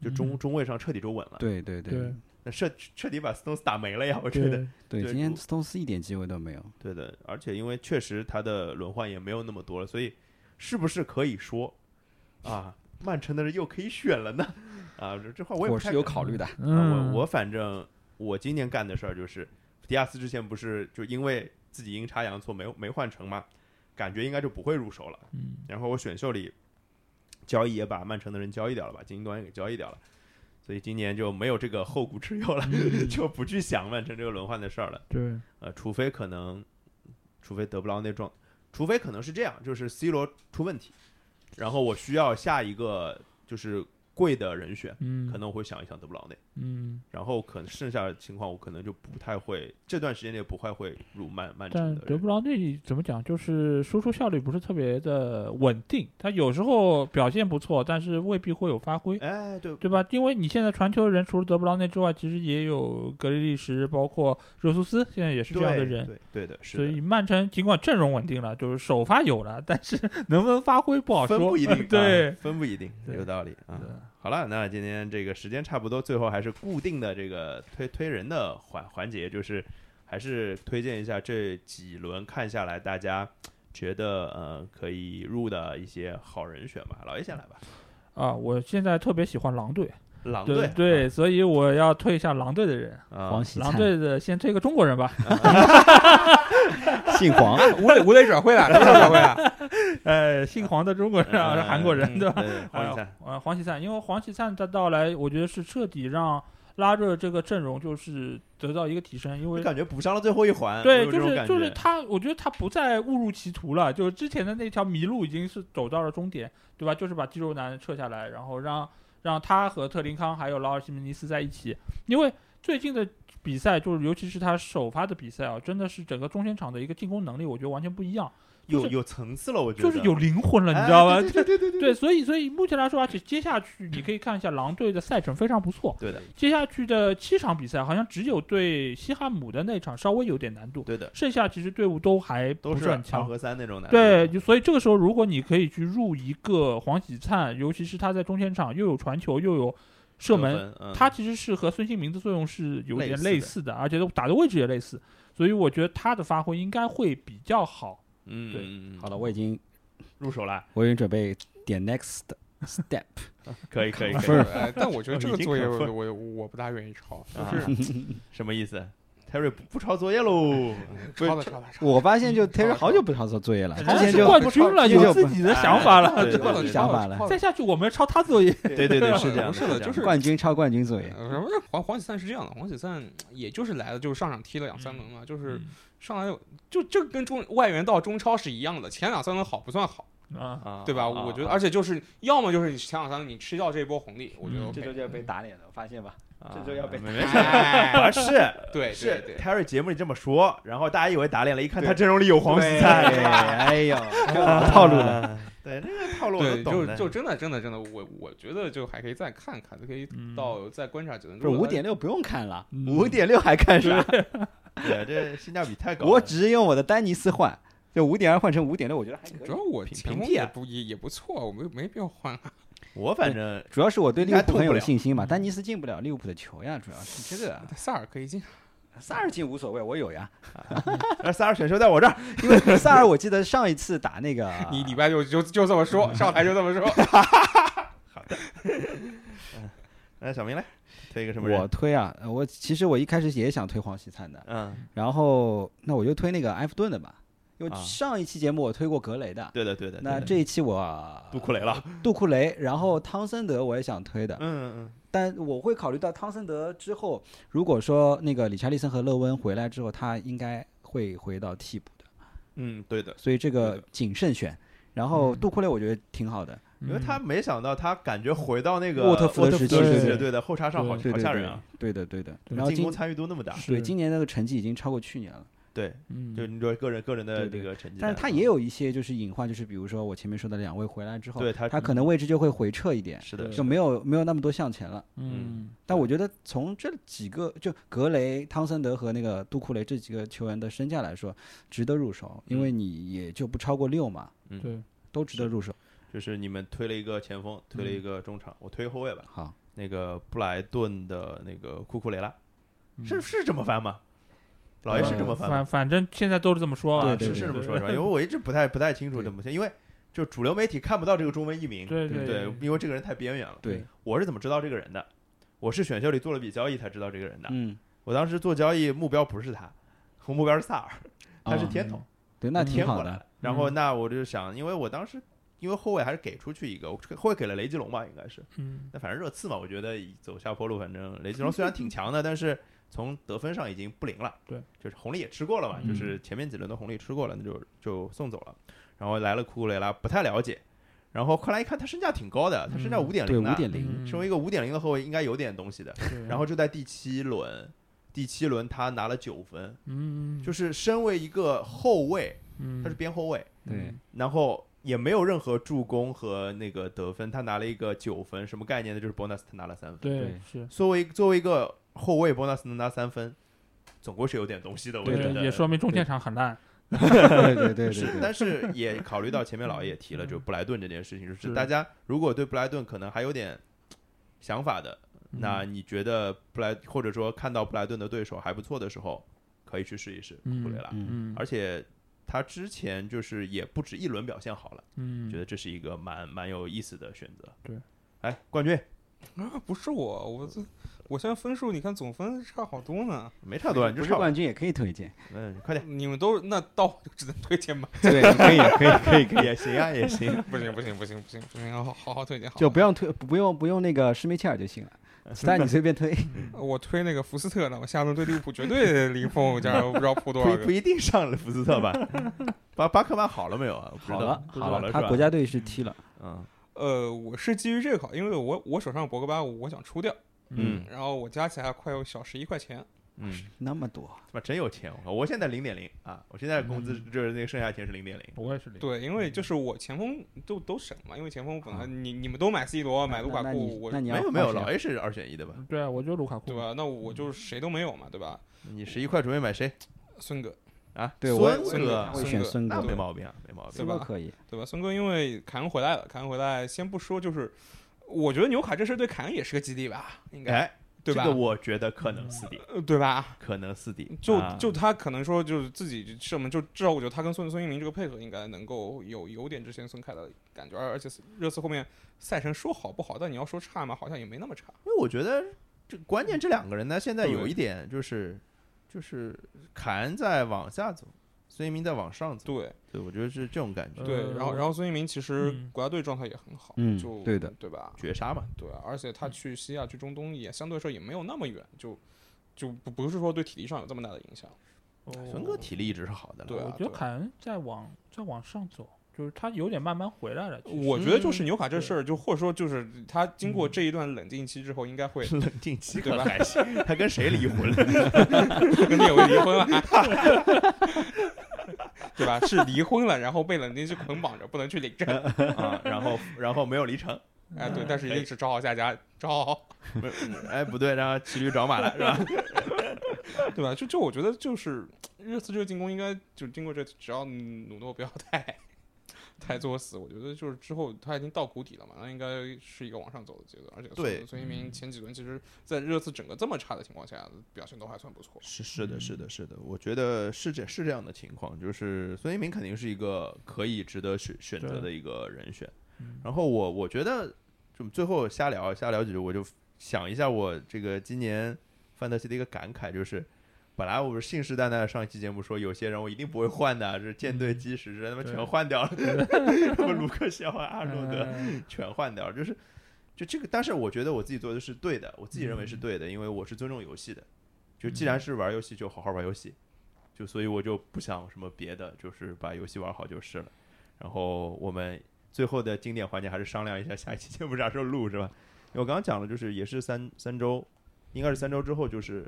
A: 就中中卫上彻底就稳了，
B: 嗯对对
D: 对
A: 那彻彻底把斯通斯打没了呀，我觉
D: 对
A: 得。
B: 对，
A: 对
B: 今年
A: 主
B: 斯通斯一点机会都没有。
A: 对的，而且因为确实他的轮换也没有那么多了，所以是不是可以说啊，曼城的人又可以选了呢？啊，这这话我也
B: 我
A: 不太
B: 是有
A: 敢
B: 考虑的，
A: 啊
D: 嗯，
A: 我我反正我今年干的事儿就是，迪亚斯之前不是就因为自己阴差阳错没没换成嘛，感觉应该就不会入手了。
D: 嗯
A: 然后我选秀里交易也把曼城的人交易掉了，把金端给交易掉了，所以今年就没有这个后顾之忧了， 就不去想曼城这个轮换的事儿了。
D: 对
A: 呃，除非可能，除非德布劳内状，除非可能是这样，就是 C 罗出问题，然后我需要下一个就是贵的人选，
D: 嗯
A: 可能我会想一想德布劳内。
D: 嗯，
A: 然后可能剩下的情况，我可能就不太会，这段时间内不太会入曼曼城
D: 但
A: 的
D: 德
A: 人。
D: 布劳内怎么讲，就是输出效率不是特别的稳定，他有时候表现不错，但是未必会有发挥。
A: 哎，对，
D: 对吧？因为你现在传球人除了德布劳内之外，其实也有格里利什，包括热苏斯，现在也是这样的
A: 对
D: 人。
A: 对对的，
D: 所
A: 是
D: 以
A: 的，
D: 曼城尽管阵容稳定了，就是首发有了，但是 能不能发挥不好说。
A: 分不一 定，
D: 对
A: 啊，分不一定，
D: 对
A: 有道理啊
D: 对。
A: 好了，那今天这个时间差不多，最后还是固定的这个推推人的环环节，就是还是推荐一下这几轮看下来，大家觉得呃可以入的一些好人选吧。老爷先来吧，
D: 啊，我现在特别喜欢狼队，
A: 狼
D: 对
A: 队
D: 对，所以我要推一下狼队的人。
A: 啊，
B: 黄喜
D: 狼
B: 灿
D: 队的先推个中国人吧，
B: 姓
A: 啊
B: 黄，
C: 吴磊吴磊转会了，吴磊转会了，
D: 呃，姓黄的中国人啊，是韩国人
A: 嗯
D: 对吧？
A: 对，黄喜
D: 呃
A: 灿，
D: 呃，黄喜灿，因为黄喜灿的到来，我觉得是彻底让拉热这个阵容就是得到一个提升，因
A: 我
D: 为
A: 感觉补上了最后一环，我
D: 对，
A: 有这
D: 就
A: 种
D: 是
A: 感
D: 就是
A: 觉
D: 他，我觉得他不再误入歧途了，就是之前的那条迷路已经是走到了终点，对吧？就是把肌肉男撤下来，然后让让他和特林康还有劳尔西门尼斯在一起，因为最近的比赛就是尤其是他首发的比赛啊，真的是整个中前场的一个进攻能力，我觉得完全不一样，
A: 有
D: 就是
A: 有层次了，我觉得
D: 就是有灵魂了，
A: 哎
D: 你知道吧？
A: 对对对对对
D: 对，所以所以目前来说，而且接下去你可以看一下狼队的赛程非常不错，
A: 对的，
D: 接下去的七场比赛好像只有对西汉姆的那场稍微有点难度，
A: 对的，
D: 剩下其实队伍都还
A: 都
D: 不
A: 是
D: 很
A: 二
D: 强。
A: 和三那种的。
D: 对，就所以这个时候，如果你可以去入一个黄喜灿，尤其是他在中前场又有传球又有射门，
A: 分，嗯
D: 他其实是和孙兴民的作用是有
A: 类
D: 点
A: 似
D: 类
A: 的
D: 似的，而且打的位置也类似，所以我觉得他的发挥应该会比较好。
A: 嗯
D: 对
A: 嗯嗯
B: 好了，我已经
A: 入手 了，
B: 我已经准备点 next step。
A: 可以 可以
C: 不
A: 可
C: 是
A: 以，
C: 哎但我觉得这
A: 哦
C: 个
A: 已经
C: 作业我
A: 可
C: 我我不大愿意抄，
A: 啊 什么意思？Terry 不不抄作业喽？
C: 抄的抄的抄的。
B: 我发现就 Terry 嗯好久不抄作业了，之
D: 人家
B: 前
D: 是
B: 就
D: 冠军了，
B: 之
D: 有
B: 前
D: 自
B: 就
D: 己的想法了。
A: 哎对对对
B: 想法了
D: 再下去我们抄他作业。
A: 对对对，是这样，
C: 不是的，
A: 这
C: 就
A: 样
C: 是
B: 冠军抄冠军作业。
C: 呃什么黄黄喜灿是这样的，黄喜灿也就是来了，就是上场踢了两三轮嘛，
A: 嗯
C: 就是上来就这跟中外援到中超是一样的，前两三轮好不算好，
D: 啊，
A: 啊
C: 对吧？
A: 啊
C: 我觉得，
A: 啊
C: 而且就是要么就是你前两三轮你吃掉这一波红利，我觉得
D: 嗯
C: OK
B: 打脸了，我发现吧？
A: 啊
B: 这就要被
A: 没没事，
C: 哎
A: 不啊 是。
C: 对对
A: 是
C: 对，
A: Terry 节目里这么说，然后大家以为打脸了，一看
C: 对
A: 他阵容里有黄喜
B: 哎
A: 灿，
B: 哎呦，套路了。
A: 了。 对，这个套路我都
C: 对，
A: 懂
C: 就
A: 的。
C: 就真的真的真的，我我觉得就还可以再看看，可以
D: 嗯
C: 到再观察几轮。
B: 不是五点六不用看了，
D: 嗯
B: 五点六还看啥？
A: 对，这性价比太高了。
B: 我只用我的丹尼斯换，就五点二换成五点六，我觉得还可
C: 主
B: 以。
C: 要我
A: 平
C: 前
A: 平
C: 锋
A: 替
C: 也
A: 啊
C: 不也也不错，我没没必要换啊。
A: 我反正
B: 主要是我对利物浦很有信心嘛，
D: 嗯
B: 丹尼斯进不了利物浦的球呀，主要是这个啊。
C: 萨尔可以进，
B: 萨尔进无所谓，我有呀，
A: 而萨尔选秀在我这儿，
B: 因为萨尔我记得上一次打那个
C: 你礼拜六就就这么说，上台就这么说。
A: 那哎小明来推一个什么人？
B: 我推啊，呃我其实我一开始也想推黄喜灿的，
A: 嗯，
B: 然后那我就推那个埃弗顿的吧，因为
A: 啊
B: 上一期节目我推过格雷的，
A: 对的对的，
B: 那
A: 对的
B: 这一期我
A: 杜库雷了，
B: 杜库雷，然后汤森德我也想推的，
A: 嗯嗯
B: 但我会考虑到汤森德之后，如果说那个理查利森和勒温回来之后，他应该会回到替补的，
A: 嗯，对的，
B: 所以这
A: 对
B: 个
A: 的嗯
B: 谨慎选。然后杜库雷我觉得挺好的，
D: 嗯
A: 因为他没想到他感觉回到那个
B: 嗯沃
A: 特
B: 特福德
A: 时
B: 时
D: 期对
A: 对的后插上好
B: 对
A: 好
B: 对
A: 吓人啊，
B: 对的对的。
D: 对
B: 然后
A: 进
B: 今
A: 攻参与度那么大，
B: 对今年那个成绩已经超过去年了，
A: 对，
D: 嗯
A: 就你说个人个人的
B: 对
A: 这
B: 对
A: 个成绩单啊，
B: 但是他也有一些就是隐患，就是比如说我前面说的两位回来之后，
A: 对他
B: 他可能位置就会回撤一点，
A: 是的，
B: 就没有没有那么多向前了。
D: 嗯
B: 但我觉得从这几个，就格雷、汤森德和那个杜库雷这几个球员的身价来说，值得入手，因为你也就不超过六嘛，
A: 嗯
D: 对
B: 都值得入手。
A: 就是你们推了一个前锋，推了
B: 嗯
A: 一个中场，我推后卫吧，
B: 好，
A: 那个布莱顿的那个库库雷拉，
B: 嗯
A: 是是这么翻吗？老爷是这么翻吗？
D: 嗯反反正现在都是这么说啊，
A: 啊，
B: 对
A: 是
B: 对
A: 是这么说是 吧？
D: 对
A: 因为我一直不太不太清楚
B: 对
A: 怎么写，因为就主流媒体看不到这个中文译名，
D: 对
B: 对
A: 对
D: 对，
A: 因为这个人太边缘了。
B: 对，
A: 我是怎么知道这个人的？我是选秀里做了笔交易才知道这个人的。
B: 嗯，
A: 我当时做交易目标不是他，我目标是萨尔，他是
B: 啊
A: 天头，
B: 对，那挺
A: 天
B: 好
A: 过来
B: 的嗯
A: 的。。然后那我就想，因为我当时因为后卫还是给出去一个，我后卫给了雷吉隆吧，应该是。
D: 嗯
A: 那反正热刺嘛，我觉得走下坡路，反正雷吉隆虽然挺强的，但是从得分上已经不灵了。
D: 对，
A: 就是红利也吃过了嘛，
D: 嗯
A: 就是前面几轮的红利吃过了，那就就送走了。然后来了库库雷拉，不太了解。然后后来一看，他身价挺高的，他身价
D: 嗯
A: 五点
B: 对，
A: 零
B: 五
A: 的，
B: 点零，
A: 身为一个五点零的后卫，应该有点东西的。然后就在第七轮，第七轮他拿了九分，
D: 嗯
A: 就是身为一个后卫，
D: 嗯
A: 他是边后卫，
B: 对，
A: 然后也没有任何助攻和那个得分，他拿了一个九分，什么概念呢？就是 bonus 他拿了三分。
D: 对是
A: 作为作为一个后卫，bonus 能拿三分，总归是有点东西的，我觉
D: 对
A: 得
D: 也说明中间场很烂，
B: 对嗯 对对
A: 是，
B: 对对，
A: 但是也考 虑到前面老爷也提了，就布莱顿这件事情，就是
D: 是
A: 大家如果对布莱顿可能还有点想法的，
D: 嗯
A: 那你觉得布莱或者说看到布莱顿的对手还不错的时候，可以去试一试
D: 嗯
A: 布雷拉，
B: 嗯，
D: 嗯
A: 而且他之前就是也不止一轮表现好了，
D: 嗯
A: 觉得这是一个蛮蛮有意思的选择。
D: 对，
A: 哎，冠军
C: 啊，不是我，我这我现在分数，你看总分差好多呢。
A: 没差多少，你
B: 不
A: 就是差吧，
B: 冠军也可以推荐，
A: 嗯，快点，
C: 你们都那到我就只能推荐吧？
B: 对，可以可以可以可以，
A: 也行啊，也行啊，
C: 不行不行不行不行不行，要好好好推荐好。
B: 就不用推，不用不用那个施梅切尔就行了， 其他你随便推。
C: 我推那个福斯特呢，我下轮对利物浦绝对离凤凰家我不知道扑多少
A: 不不
C: 个。
A: 一定上了福斯特吧？巴巴克曼好了没有啊？我不知道
B: 好了
A: 不知道
B: 好
A: 了，
B: 了，
A: 是
B: 他
A: 吧
B: 国家队是踢了，
A: 嗯
C: 呃，我是基于这个考，因为我我手上有博格巴，我想出掉，
A: 嗯
C: 然后我加起来快有小十一块钱。
A: 嗯，
B: 那么多，
A: 他妈真有钱！我靠，我现在零点零啊，我现在工资就是那个剩下钱是零点零。
D: 我也是零，
C: 对，因
A: 嗯
C: 为就是我前锋都都省嘛，因为前锋本来
A: 啊
C: 你你们都买 C 罗买卢卡
B: 那那
C: 库，
B: 你嗯
C: 我
B: 那你
A: 没
B: 要
A: 有没有，
B: 换谁
A: 老 A 是二选一的吧？
D: 对啊，我就卢卡库
C: 对，吧？那我就谁都没有嘛，对吧？
A: 你十一块准备买谁
C: 孙哥，
A: 啊？
B: 对我
A: 孙
B: 也
C: 孙
A: 哥
C: 哥
B: 我，也选孙
A: 那
B: 哥，
A: 没毛病啊，没毛病
C: 对
B: 孙
C: 吧
B: 哥可以，
C: 对吧？孙哥因为凯恩回来了，凯恩回来先不说，就是我觉得纽卡这事对凯恩也是个激励吧，应该、
A: 哎，
C: 对吧？
A: 这个我觉得可能四 D，
C: 呃对吧？
A: 可能四 D。
C: 就、
A: 啊
C: 就他可能说就是自己射门，就至少我觉得他跟孙孙兴民这个配合应该能够有有点之前孙凯的感觉，而而且热刺后面赛程说好不好，但你要说差嘛，好像也没那么差。
A: 因为我觉得这关键这两个人呢，现在
C: 对
A: 有一点就是就是凯恩在往下走，孙兴民在往上走。
C: 对
A: 对，我觉得是这种感觉，
C: 对，然后然后孙兴民其实
D: 呃嗯
C: 国家队状态也很好，
B: 嗯
C: 就
B: 对的
C: 对吧？
A: 绝杀嘛。
C: 对啊，而且他去西亚、去中东也相对来说也没有那么远，就就不不是说对体力上有这么大的影响。
D: 嗯
A: 孙哥体力一直是好的了，
C: 对
D: 哦我
C: 啊
D: 觉得凯恩在往再往上走，就是他有点慢慢回来了。其实
C: 我觉得就是纽卡这
D: 对嗯
C: 事儿，就或者说就是他经过这一段冷静期之后，应该会
A: 冷静期可
C: 对吧
A: 还行，他跟谁离婚了？
C: 跟聂卫离婚了，对吧？是离婚了，然后被冷静期捆绑着，不能去领 证。
A: 啊，然后然后没有离 成，
C: 哎，对，但是一定是找好下家，找好，
A: 没有哎不对，然后骑驴找马了是吧？
C: 对吧？就就我觉得就是热刺这个进攻应该就经过这，只要努诺不要太太作死，我觉得就是之后他已经到谷底了嘛，那应该是一个往上走的阶段。而且孙
A: 对
C: 孙兴民前几轮其实，在热刺整个这么差的情况下，表现都还算 不错。
A: 是是的，是的，是的，我觉得是这是这样的情况，就是孙兴民肯定是一个可以值得选选择的一个人选。然后我我觉得，就最后瞎聊瞎聊几句，我就想一下我这个今年范特西的一个感慨，就是本来我们信誓旦旦的上一期节目说有些人我一定不会换的，这舰队基石这他妈
D: 对
A: 全换掉了， 什么卢克肖啊、阿诺德，
D: 嗯
A: 全换掉，就是就这个。但是我觉得我自己做的是对的，我自己认为是对的，因为我是尊重游戏的。就既然是玩游戏，就好好玩游戏。就所以我就不想什么别的，就是把游戏玩好就是了。然后我们最后的经典环节还是商量一下下一期节目啥时候录，是吧？因为我刚刚讲了，就是也是三三周，应该是三周之后就是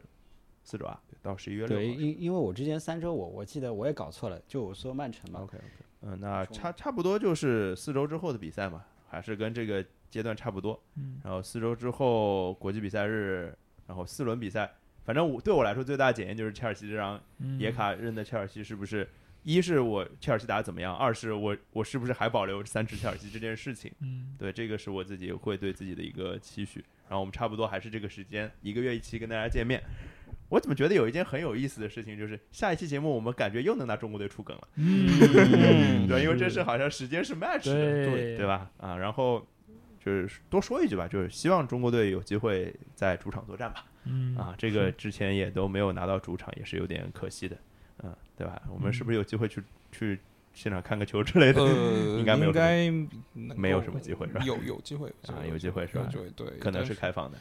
A: 四周啊，到十一月六
B: 对，
A: 号。
B: 因因为我之前三周我我记得我也搞错了，就我说曼城嘛，
A: OK OK，嗯，那差差不多就是四周之后的比赛嘛，还是跟这个阶段差不多。
D: 嗯
A: 然后四周之后国际比赛日，然后四轮比赛，反正我对我来说最大的检验就是切尔西这张
D: 嗯
A: 野卡认的切尔西是不是，一是我切尔西打得怎么样，二是我我是不是还保留三支切尔西这件事情。
D: 嗯
A: 对，这个是我自己会对自己的一个期许。然后我们差不多还是这个时间，一个月一期跟大家见面。我怎么觉得有一件很有意思的事情，就是下一期节目我们感觉又能拿中国队出梗了。
D: 嗯
A: 对，因为这是好像时间是 match 的，
D: 对
A: 对吧？啊，然后就是多说一句吧，就是希望中国队有机会在主场作战吧。
D: 嗯
A: 啊，这个之前也都没有拿到主场，也是有点可惜的，嗯、对吧？我们是
D: 嗯
A: 不是有机会去去现场看个球之类的？
C: 呃
A: 应该没有什么
C: 应该能够
A: 没有什么机会是吧
C: 有有机会
A: 啊，有机会是
C: 有
A: 吧
C: 机？会对，
A: 可能是
C: 但
A: 开放的，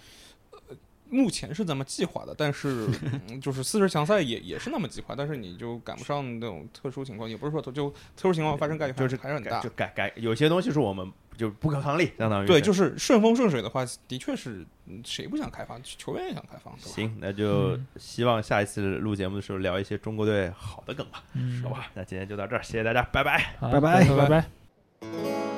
C: 目前是这么计划的，但是、 嗯就是四十强赛也也是那么计划，但是你就赶不上那种特殊情况，也不是说特就特殊情况发生概率还
A: 就是
C: 还是很
A: 改
C: 大
A: 就。改改，有些东西是我们就不可抗力，相当于
C: 对，
A: 是
C: 就是顺风顺水的话，的确是嗯谁不想开放，球员也想开放，对吧？
A: 行，那就
D: 嗯
A: 希望下一次录节目的时候聊一些中国队好的梗吧，
D: 嗯
A: 好吧？那今天就到这儿，谢谢大家，拜拜。
D: 好
B: 拜拜
D: 拜拜。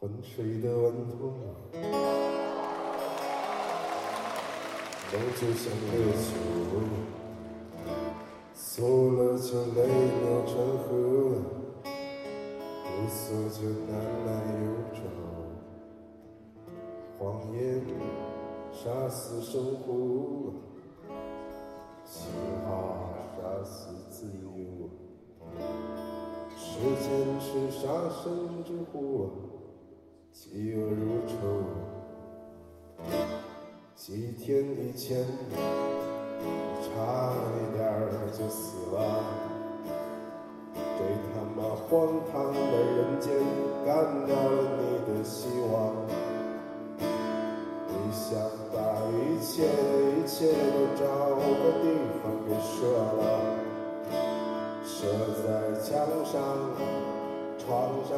E: 浑水的啊湾头，梦就像热球，错了就泪流成河，不错就难来又找，谎言杀死生活，啊情话杀死自由，时间是杀身之祸。啊嫉恶如仇。几天以前，差一点儿就死了。这他妈荒唐的人间，干掉了你的希望。你想把一切的一切都找个地方给射了，射在墙上。床上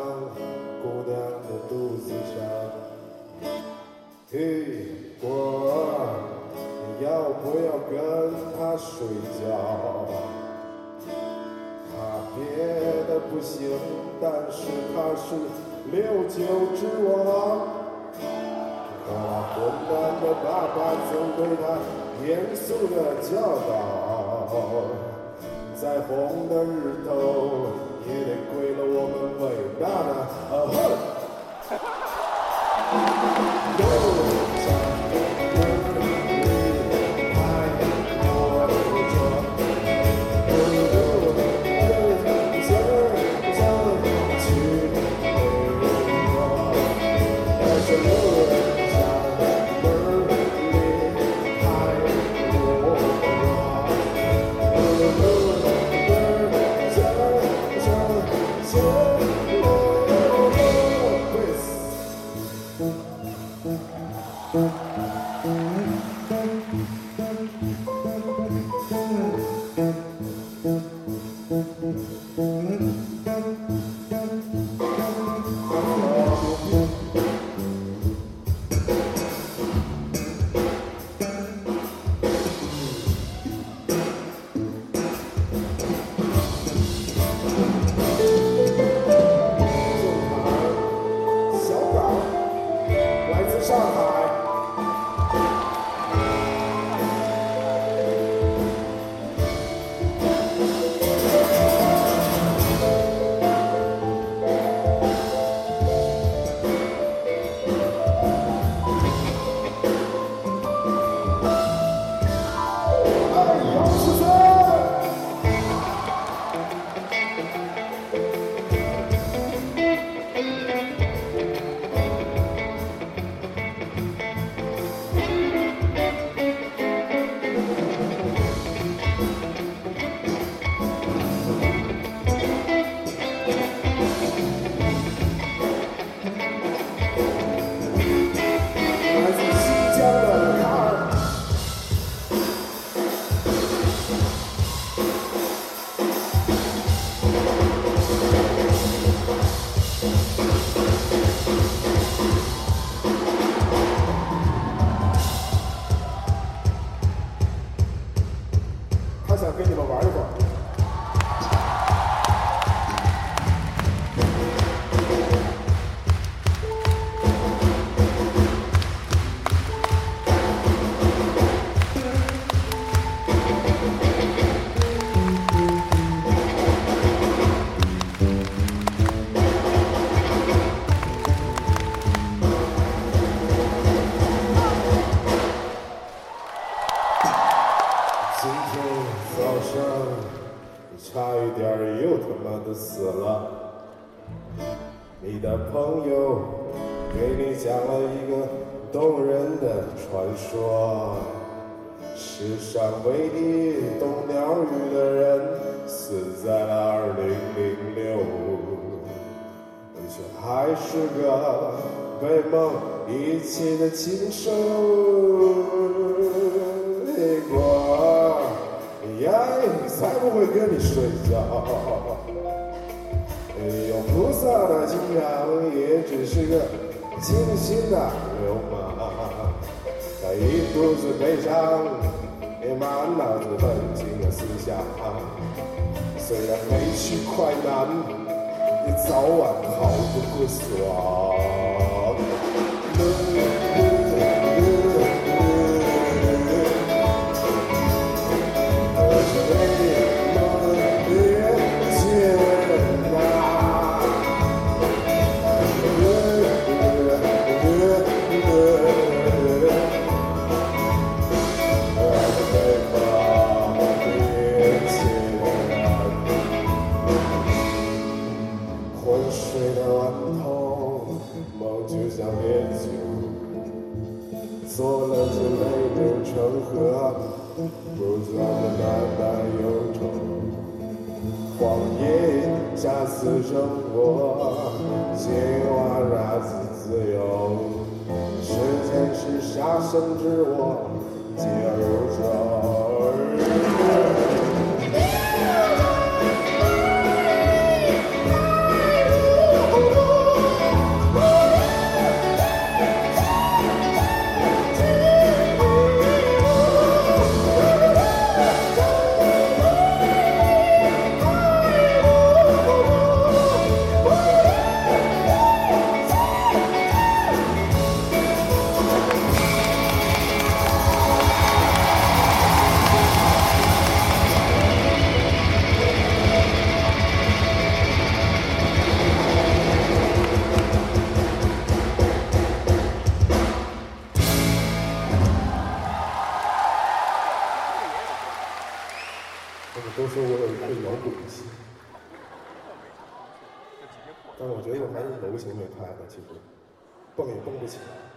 E: 姑娘的肚子上。嘿，果儿，你要不要跟她睡觉？她别的不行，但是她是六九之王。可那混蛋的爸爸曾对他严肃的教导，再红的日头也得归了我们伟大的啊哼。又长得不可理的太多了，不如不想再去美国。但是路人甲的门里太多了，我的路人甲上写我的名字。想跟你们玩一会儿。今天早上，你差一点儿又他妈的死了。你的朋友给你讲了一个动人的传说，世上唯一懂鸟语的人死在了二零零六，你却还是个被梦遗弃的禽兽。嘿我，耶，哎才不会跟你睡觉。呃有菩萨的清扬，也只是个清新的流啊氓。他一肚子悲伤，也满脑子愤青的思想。虽然没去快南，你早晚逃不过爽。我是为你们而呐。昏睡的顽童，梦就像烈酒，做了就泪流成河，不断的慢慢忧愁。谎言下次生活，今晚让自自由。时间是杀生之我，继而如仇。他们都说我有一个摇滚心，但我觉得我还是柔情没拍的，其实蹦也蹦不起来。